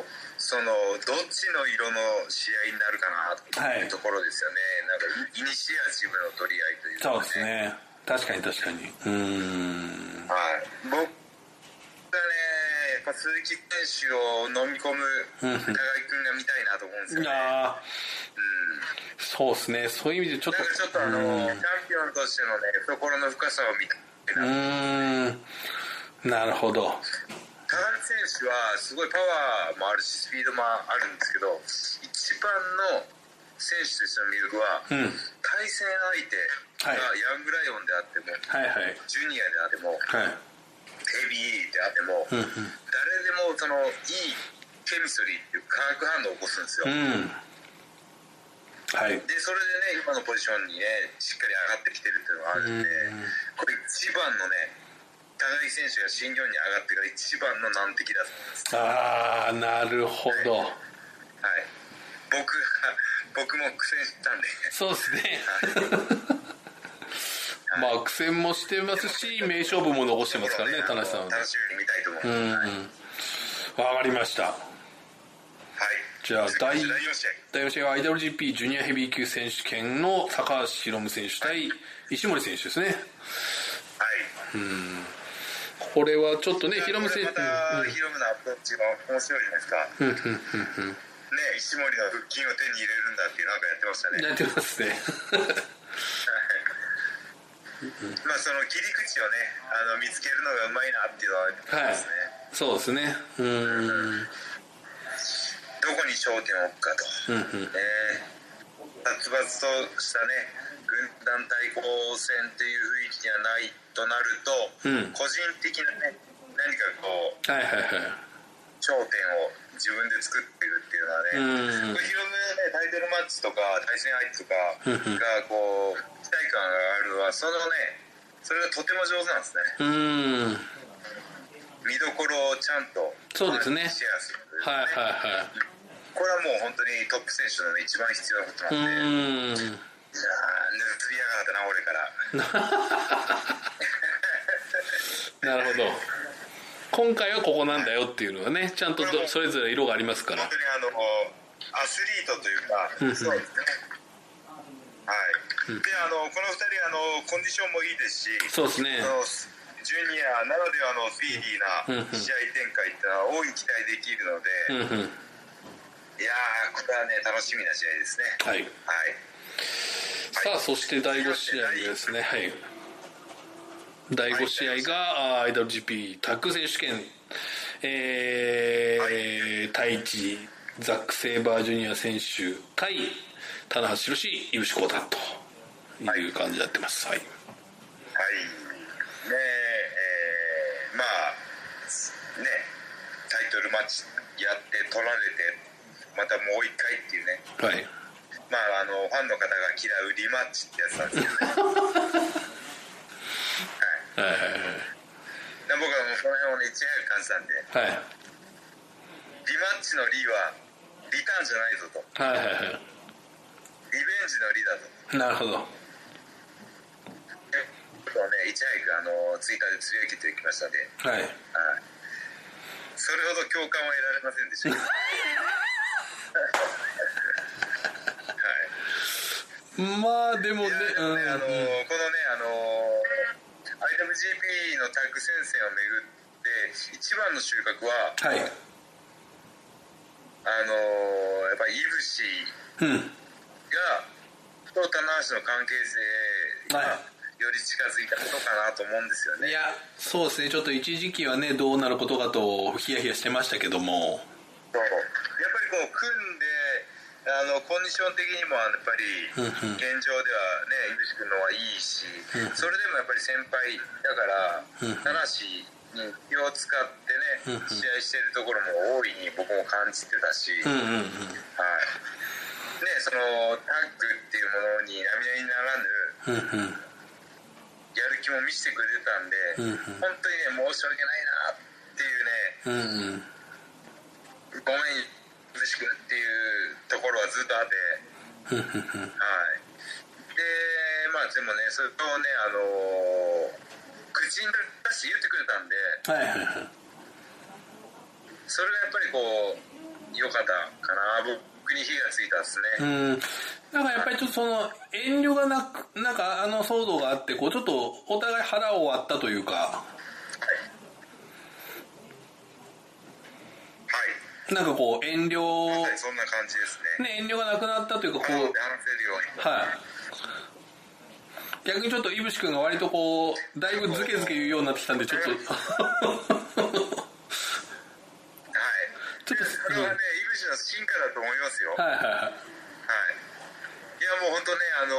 ああのそのどっちの色の試合になるかなっていうところですよね、なんかイニシアチブの取り合いという
そう
か
ですね確かに確かにうーん
はい僕がね鈴木選手を飲み込む高木君が見たいなと思うんですよね。
ああ
うん
そうですねそういう意味でちょっ
なん
と
かちょっとあの、チャンピオンとしてのね、懐の深さを見たいな
うーんなるほど
高木選手はすごいパワーもあるしスピードもあるんですけど一番の選手としての魅力は、
うん
対戦相手が
は
ヤングライオンであっても、
はいはい
ジュニアであっても
はい
ヘビーであっても、
んうん
誰でもそのいいケミストリーっていう化学反応を起こすんですよ、
うんはい
でそれでね今のポジションにねしっかり上がってきてるっていうのがあるんで、
うん
これ一番のね高木選手が新日本に上がってから一番の難敵だと思います
ああなるほど
はい僕が 僕も苦戦したんで
そうです ねまあ苦戦もしてますし名勝負も残してますからね
楽
田無
し
さんはね
楽しみに見たいと思います、
うん
はい、
わかりましたじゃあ
第
第
4試合
第4試合は IWGP ジュニアヘビー級選手権の高橋宏夢選手対石森選手ですね
はい
これはちょっとね宏夢
これ
選
ま
手
たヒロムのアプローチが面白いじゃないですか
うんうんうんうんうん
ね石森の腹筋を手に入れるんだっていうなんかやってましたね
やってますね
まあその切り口をねあの見つけるのがうまいなっていうのはありま
はい
すね、
そうですねうーん
どこに焦点を置くかと、
うんうん
えー殺伐としたね軍団対抗戦という雰囲気にはないとなると、
うん
個人的なね何かこう
はいはいはい
頂点を自分で作ってるっていうのはね、こ
うん
れヒロムねタイトルマッチとか対戦相手とかがこう期待感があるのはそのねそれがとても上手なんですね
うーん
見どころをちゃんと
そうですね
シェアする、
はいはいは
これはもう本当にトップ選手の、ね、一番必要なこと
いう
なんで、
ー
い
ん
やー盗みやがったな俺から
なるほど今回はここなんだよっていうのはねちゃんとどそれぞれ色がありますから
本当にあのアスリートというか
うんうん
そうですねはいであのこの2人あのコンディションもいいですし
そうですね
あのジュニアならではのスピーディー
うんうん
な試合展開ってのは大いに期待できるので、
うんうん
いやーこれはね楽しみな試合ですね
は
は
い
い
さあそして第5試合ですねはい第5試合があー IWGP タッグ選手権えー、対一ザック・セイバージュニア選手対棚橋宏有志浩太という感じになってますはい
はい、ねええーまあねタイトルマッチやって取られてまたもう一回っていうね
はい
まああのファンの方が嫌うリマッチってやつなんですけどね
はいはい
で僕はもうその辺をねいち早く感じたんで
はいはい
リマッチのリはリターンじゃないぞと
はいはいは
リベンジのリだと
いなるほど
いうことをねいち早くあのツイッターでつぶやきていきましたんで、
はい
はい、それほど共感は得られませんでした はい
まあでもね
いやでもねあの
うん
このねあの IWGP のタッグ戦線をめぐって一番の収穫は
はい
あのやっぱりイブシ
うん
がと棚橋の関係性が
はい
より近づいたことかなと思うんですよ
い
ね、
やそうですねちょっと一時期はねどうなることかとヒヤヒヤしてましたけども
そうやっぱりこう組んであのコンディション的にもやっぱり
うんうん
現状ではね井口君の方がいいし
うん
それでもやっぱり先輩だから田無
うん
に気を使って
う
ね
ん
試合してるところも大いに僕も感じてたし、
う
は
ん
い
うんうん
ね、そのタッグっていうものに並々ならぬ
うんうん
やる気も見せてくれてたんで、
うんうん
本当にね申し訳ないなっていうね
うんうん
ごめん、嬉しくっていうところはずっとあって、はい。で、まあ、でもね、それとね、あのー口に出して言ってくれたんで、
はいはいはい
それがやっぱりこう、良かったかな、僕に火がついたっす
う
ね。
んなんかやっぱりちょっとその遠慮がなくなんかあの騒動があってこうちょっとお互い腹を割ったというか
はい
なんかこう遠慮
まさにそんな感じですね。
ね遠慮がなくなったというかこ
なの
う
で話せるように。
はい逆にちょっといぶし君が割とこうだいぶズケズケ言うようになってきたんでちょっと
はい。
ちょっと
それはね、イブシの進化だと思いますよ。はい。
はいはいはい
いや、もう本当ね、あの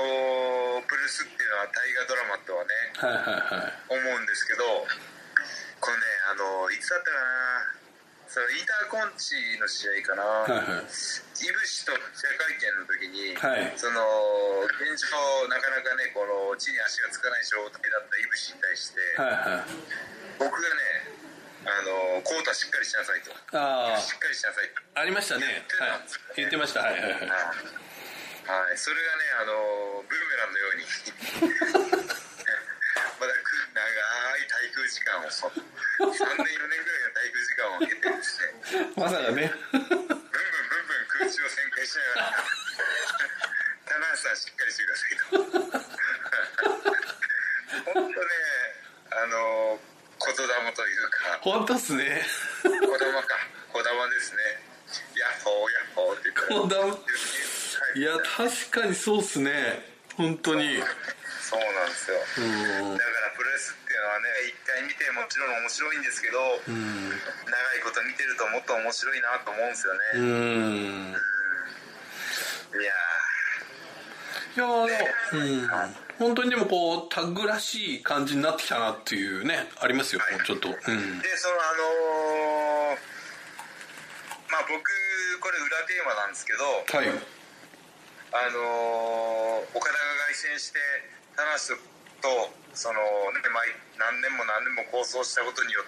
ープルスっていうのは大河ドラマとはね、
は
思う
いはいはい
んですけどこれねあのいつだったかなそのインターコンチの試合かな、い、イブ
はいはい
シと記者会見の時に、
はい
その現状なかなかねこの地に足がつかない状態だったイブシに対して、
はい
僕
はい
がねあのコータしっかりしなさいとし
あ
っかりしなさいと
あありましたねはい言ってましたはいはいはい
はい、それがねあのブーメランのように まだく長い滞空時間を3年4年ぐらいの滞空時間を経てですね
まさか
ブ
ね
ンブンブンブン空中を旋回しながら 田中さんしっかりしてくださいと本当ねあの言霊というか
本当っすね
言霊か言霊ですねヤッホーヤッホーって言ったら
こだ
はい
や確かにそうっすね本当に
そうなんですよ
うん
だからプロレスっていうのはね一回見てもちろん面白いんですけど、長いこと見てるともっと面白いなと思うんですよ
う
ね、
ん
いや
いやーでもうん本当にでもこうタッグらしい感じになってきたなっていうねありますよ
はい
ちょっとうん
ーでそのあのーまあ僕これ裏テーマなんですけど
はい
あのー岡田が凱旋して田無とその、ね、毎何年も何年も構想したことによっ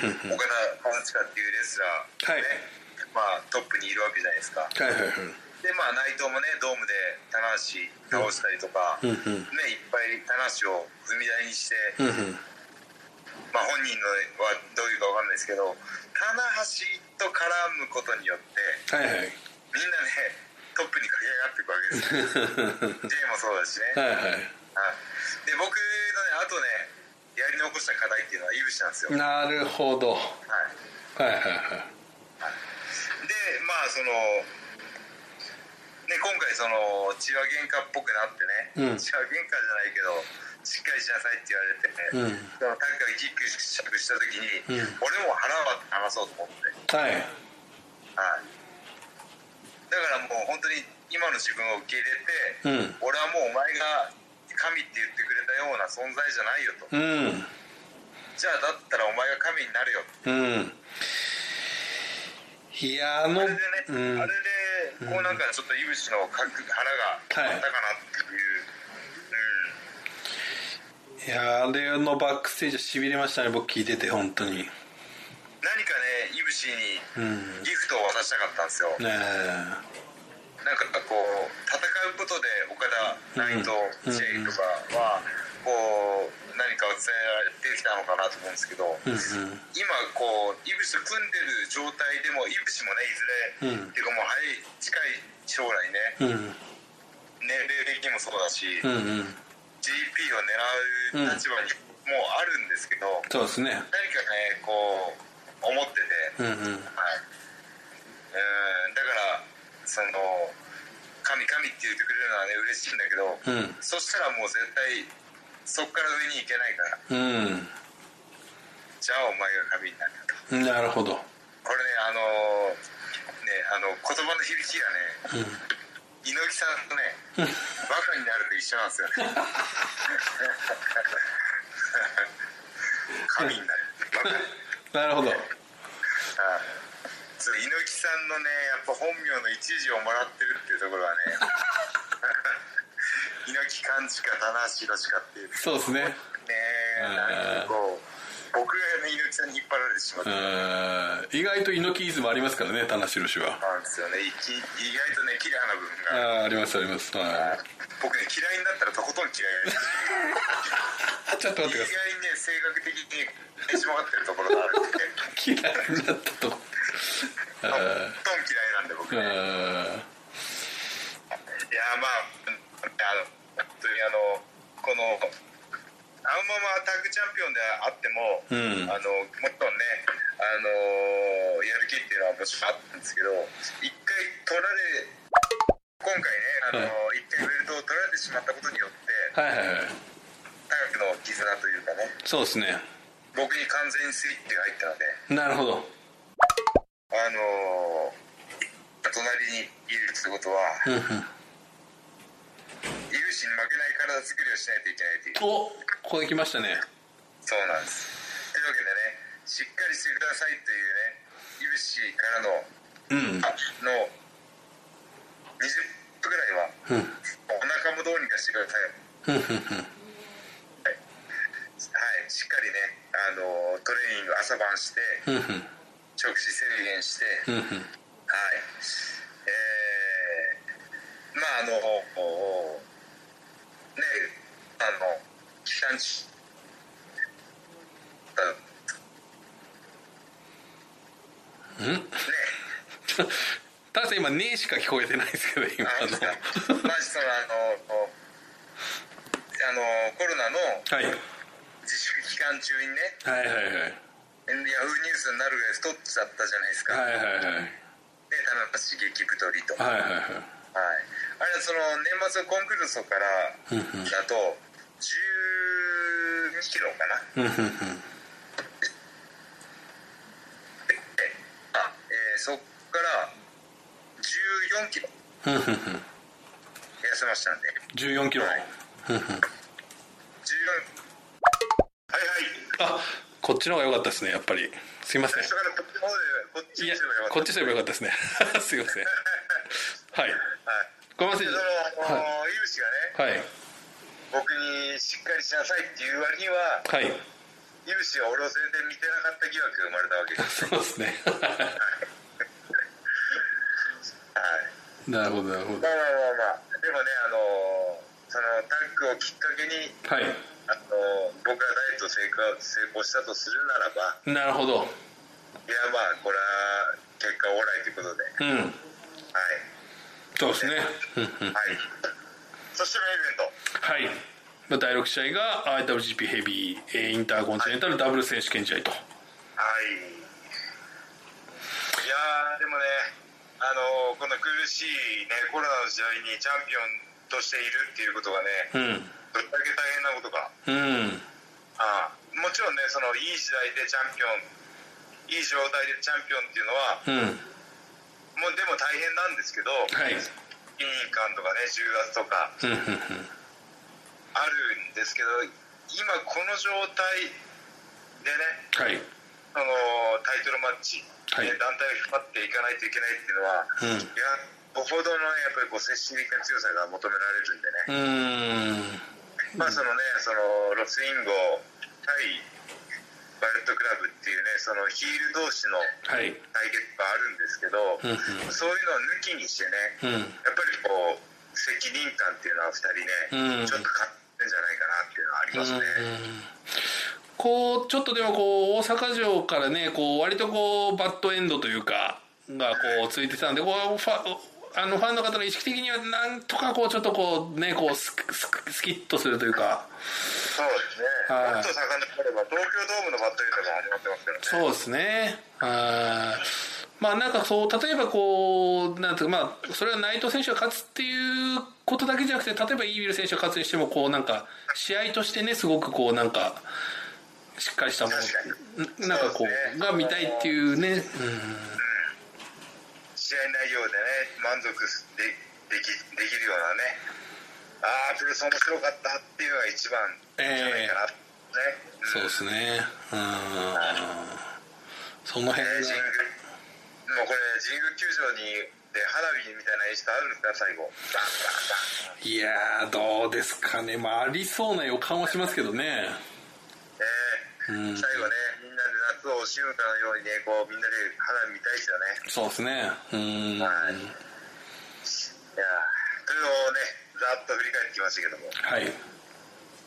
て
うん
岡田パンチカっていうレスラーがね、まあ、トップにいるわけじゃないですか
はいはいはい
でまあ内藤もねドームで棚橋倒したりとか、
んうん
ねいっぱい棚橋を踏み台にして、
うんうん
まあ本人のはどういうかわかんないですけど棚橋と絡むことによって
はいはい
みんなねトップに駆け上がっていくわけですよ J もそうだしね、
はい
はい、
は
で僕のねあとねやり残した課題っていうのは井口なんですよ、
いなるほどは
はい
いはいはい
でまあそのね今回その血は喧嘩っぽくなってね、
うん
血は喧嘩じゃないけどしっかりしなさいって言われて、
うん
そのタッグが一気に試着した時に、
うん
俺も腹割って話そうと思って、
は
は
い
い、だからもう本当に今の自分を受け入れて、
うん
俺はもうお前が神って言ってくれたような存在じゃないよと、
うん
じゃあだったらお前が神になるよ
うんいやあの
あれでね、あれ
うん
でこうなんかちょっと井口のかく腹があったかなっていう、
いやあれのバックステージはしびれましたね僕聞いてて本当に
うん、何かね井口に
うんね
ギフトを渡したかったんですよ、
え
なんかこう戦うことで岡田内藤
うん
チェイとかはこう何かを伝えられてきたのかなと思うんですけど、
うんうん
今こう井口と組んでる状態でも井口もねいずれ、
うん
っていうかもう早い近い将来ね
うん
年齢的にもそうだし、
うんうん
GP を狙う立場にもうあるんですけど、
そうですね
何かねこう思ってて、
うんうん
はい、うんだからその神神って言ってくれるのはね嬉しいんだけど、
うん
そしたらもう絶対そっから上に行けないから
うん
じゃあお前が神になると
なるほど
これねあのねあの言葉の響きがね、猪木さんとねバカになると一緒なんですよね神になるバカ
なるほど
あそう猪木さんのねやっぱ本名の一時をもらってるっていうところはね 猪木勘しか棚橋宏しかっていうね
そうですね
えなんかこう僕がね猪木さんに引っ張られてしまっ
う
たん
ん意外と猪木イズムありますからね田無氏は
ですよねいき意外とねキラーな部分
あ
が
あありますありますは
僕ね嫌いになったらとことん嫌いです
いちょっと
意
待
外
っ
に
て
ね性格的にねじ曲がってるところがあるんで
ください嫌いになったと
とことん嫌いなんで僕
う
ね
ん
いやまあうんあの本当にあのこのあのままタッグチャンピオンであっても、
うん
あのもちろんねあのやる気っていうのはもちろんあったんですけど一回取られ今回ねあの、一回ベルトを取られてしまったことによって
はいはいはい
タグの絆というかね
そうですね
僕に完全にスイッチが入ったので
なるほど
あの隣にいるってことは
うんうん
有志に負けない体作りをしないといけないという
おこれ来ましたね
そうなんですというわけでねしっかりしてくださいというね有志からの
うん
あの20分ぐらいは
うん
お腹もどうにかしてください
うんうん
はいしっかりねあのトレーニング朝晩して
うんうん
食事制限して、
うんうん
はいえー、まああのおねあの期間中あね
ただし今「ねえ」しか聞こえてないですけど今
あ
あ
の
の
まずそのあのおあのコロナの
はい
自粛期間中にね
はいはいはい
ヤフーニュースになるぐらい太っちゃったじゃないですか、
はいはいはい
でただ刺激太りと
はいはいはい
はい、あれはその年末のコンクールソから
うん
だと12キロかな
うんうんうん
であ、えーそこから14キロ
うんうんうん
痩せましたんで
14キロ
はい14はいはい
あこっちの方が良かったですねやっぱりすいませ
最
ん
初からこっちの方でこっち
い
に
や
すればよ
こ
か
っ
った
ちすればよかったですね すいませんはい
はい
ごめんなさ
で
い
その
は
あの井口がね
いはい
僕にしっかりしなさいっていう割には
はい
井口は俺を全然見てなかった疑惑が生まれたわけです
そうですね
はい
なるほどなるほ
ま
ど
あまあまあまあでもねあのそのタッグをきっかけに
はい
あの僕がダイエットを成功成功したとするならば
なるほど
いやまあこれは結果オーライということで
うん
は
そうですねうんうん
いはいそしてメインイベント
はいまあ第6試合が IWGP ヘビーえーインターコンチネンタルダブル選手権試合と
はいいやーでもねあのこの苦しい、ね、コロナの時代にチャンピオンとしているっていうことがね
うん
どれだけ大変なことか
うん
ああもちろんねそのいい時代でチャンピオンいい状態でチャンピオンっていうのは
うん
もうでも大変なんですけど
はい
委員間とかね10月とか
うんうん
あるんですけど今この状態でね
はい
そのタイトルマッチ、
はい
ね団体を引っ張っていかないといけないっていうのは、
う
い
ん
やほどのやっぱりこう精神的な強さが求められるんでね、
うーん
まあそのねそのロスインゴ対バレットクラブっていうねそのヒール同士の
は
対
い
決があるんですけど、
うんうん
そういうのを抜きにしてね、
うん
やっぱりこう責任感っていうのは2人ね、
うん
ちょっと勝ってんじゃないかなっていうのはありますね、
こうちょっとでもこう大阪城からねこう割とこうバッドエンドというかがこうついてたんでこうファあのファンの方の意識的にはなんとかこうちょっとこうねこうスクスクスキッとするというか
そうですね、
はい
もっと遡れば東京ドームのバットエンドが始まってますからね
そうですねはいまあなんかそう例えばこうなんていうかまあそれは内藤選手が勝つっていうことだけじゃなくて例えばイービル選手が勝つにしてもこうなんか試合としてねすごくこうなんかしっかりしたもの
確かに
なんかこ
そうです
う
ね
が見たいっていうね
試合内容でね満足でできできるようなねああプロレス面白かったっていうのが一番じゃないかな、ね
うんそうですねうんその辺が
えー神宮もうこれ神宮球場にで花火みたいな演出あるんですか最後バンバンバン
いやーどうですかねまあありそうな予感はしますけど
ね
ね
え
うん
最後ねみんなで夏を惜しむかのようにねこうみんなで花火見たいですよね
そうですねうん
はいいやーというのをねざっと振り返ってきましたけども
はい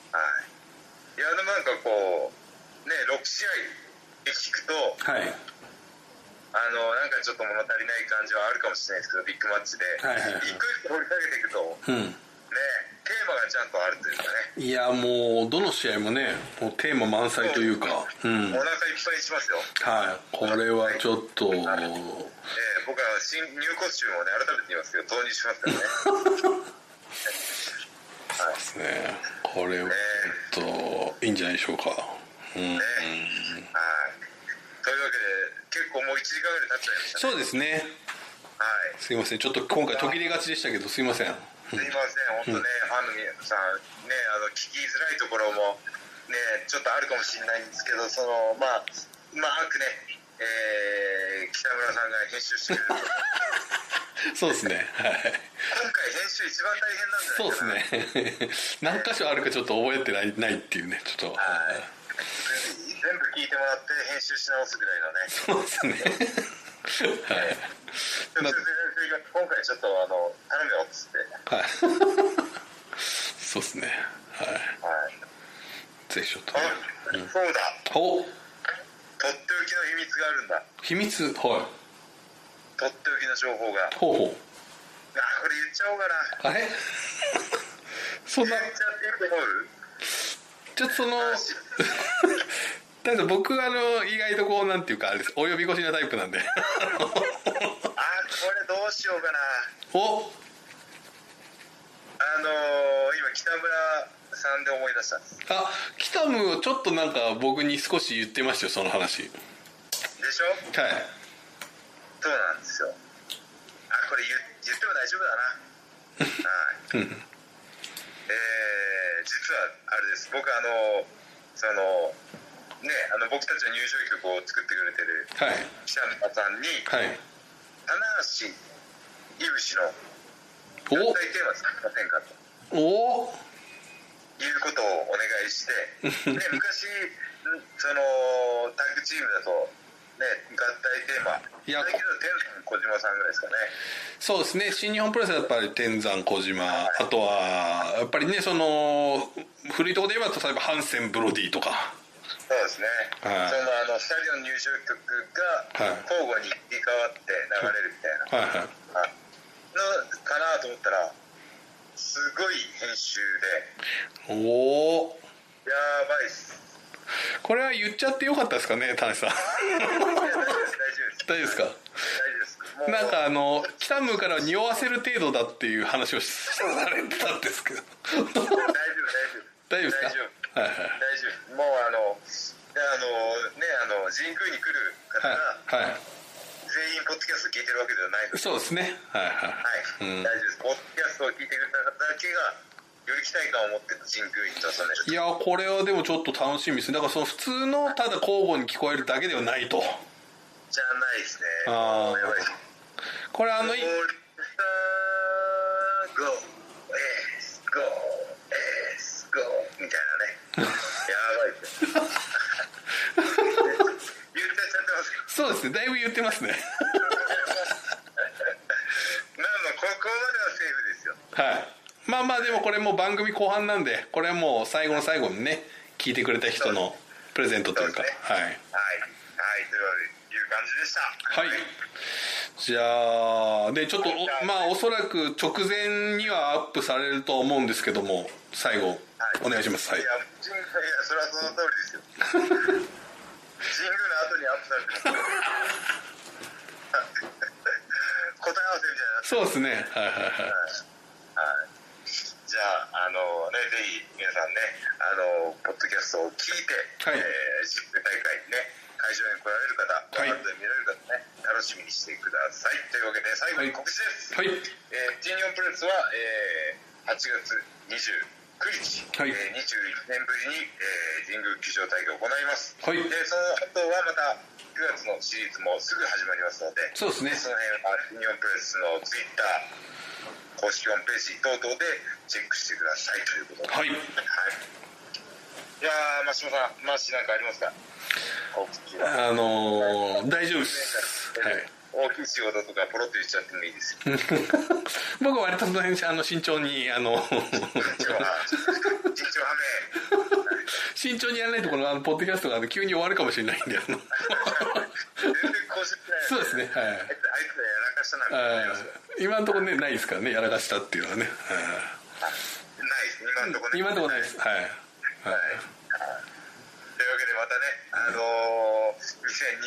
はい、いやでもなんかこうね6試合で聞くと
はい
あのなんかちょっと物足りない感じはあるかもしれないですけどビッグマッチで、
はいはいはい
一個一個掘り下げていくと
う
ね
ん
テーマがちゃんとあるというかね
いやもうどの試合もねもうテーマ満載というかうん
お腹いっぱいにしますよ、
はいこれはちょっと
えー僕は新入コスチュームをね改めて言いますけど導入しますからね
ねこれはちょっといいんじゃないでしょうかうん
はいというわけで結構もう1時間ぐらい経っちゃいましたね
そうですね
はい
すいませんちょっと今回途切れがちでしたけどすいません
すいません、本当ね、ファンの皆さん、ね、あの聞きづらいところも、ね、ちょっとあるかもしれないんですけど、そのまあ、うまくね、えー北村さんが編集してくれる、
そうですねはい
今回、編集一番大変なんじゃないかな
そうで、すね 何箇所あるかちょっと覚えてないないっていうねちょっと
はい全部聞いてもらって、編集し直すぐらいのね、
そうですねはい
直接先生が今回ちょっとあの頼むよっつって、
はい。そうですね。はい。
はい、
ぜひちょっと
あ。そうだ、
お、
とっておきの秘密があるんだ、
秘密。は
とっておきの情報が、あ
い。ほうほ
これ言っちゃおうかな、
う。あれ。 そん
言
な
っ、ちゃっていいと思う
ちょっとその。だけど僕あの意外とこうなんていうかあれですお呼び越しなタイプ なんで
あこれどうしようかな
お
あのー今北村さんで思い出したんです
あキタムをちょっとなんか僕に少し言ってましたよその話はい
でしょそうなんですよあこれ言言っても大丈夫だなはいえー、実はあれです僕あのーそのねあの僕たちの入場曲を作ってくれてる
はい
北村さんに
はい
棚橋いぶしの合体テーマ作りませんかと
おお
いうことをお願い してで昔んそのタッグチームだとね合体テーマ
いや
だけど天山小島さんぐらいですかね
そうですね新日本プロレスはやっぱり天山小島あとはやっぱりねその古いところで言えば例えばハンセンブロディとか
そうですね、
はい
そのあの2人の入場曲が
はい
交互に入り替わって流れるみたいな、
はいはい
はいのかなと思ったらすごい編集
おお
でやばいっ す
これは言っちゃってよかったですかね田 中さん
いや大丈夫です
大丈夫ですか
大丈夫です大丈夫ですもう
なんかあの北ムから匂わせる程度だっていう話をされてたんですけ ど
大丈夫
大丈夫
大
です
丈夫
かはいはい
大丈夫もうあのであのねあの神宮に来る方
は
が
いはい
全員ポッドキャスト聞いてるわけではないので、
そうですねはいはい
はい、大丈夫ですポッドキャストを聞いてくれた方だけがより期待感を持って神宮に臨め
い
る
やこれはでもちょっと楽しみですねだからその普通のただ交互に聞こえるだけではないと
じゃないですね
あー
やばいです
これあのい
オールスターゴーエースゴーエースゴーみたい なねやばいですよ 言っちゃっちゃってますよ
そうですねだいぶ言ってますね
まあまあここまではセーフですよ
はいまあまあでもこれもう番組後半なんでこれはもう最後の最後にね聞いてくれた人のプレゼントというか
そうです
はい
はい、はい、という感じでした。
はい。じゃあ、で、ちょっとお、まあ、おそらく直前にはアップされると思うんですけども、最後、お願いします。はい
い。や、神宮いや、それはその通りですよ。神宮の後 にアップされてる。 答え合わせみたいになって
そうですね。はいはいはい。
ます。はい。じゃあ、あのね、ぜひ皆さんね、あの、ポッドキャストを聞いて、
はい
えー、ジップ大会にね、会場に来られる方、
はい
ライブで見られる方ね、楽しみにしてください。というわけで、最後に告知です。
はい。
えー、新日本プロレスは、えー、8月29日、
はい
えー、21年ぶりに、えー、神宮球場大会を行います、
はい
でその後はまた9月のシリーズもすぐ始まりますので
そうですね
その辺は新日本プロレスのツイッター公式ホームページ等々でチェックしてくださいということで、
はい
はい、いやー真島さんマーシーなんかありますか告知は
あのー大丈夫です。はい。
大きい仕事とかポロッと言っちゃってもいいですよ
僕は割とその辺、あの、慎重に、あの、
一応は一応はめ
慎重にやらないと、この、あの、ポッドキャストがあの急に終わるかもしれないんで、あの、
全然更新してない
そうですね。はい
あいつあいつらやら。かしたなみたい
あ
なのありますよ
ー今のところね、ないですからね、やらかしたっていうのはね。
ないです今んとこね
今のとこないですはい、
はい
はい
というわけでまたね、あのー2020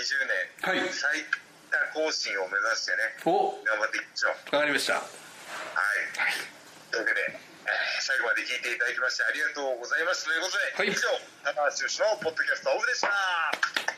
年、
はい
最多更新を目指してね
おわ
頑張っていきましょう
かりました
はいというわけで、えー最後まで聞いていただきましてありがとうございましたということで、
はい
以上高橋由伸のポッドキャストオフでした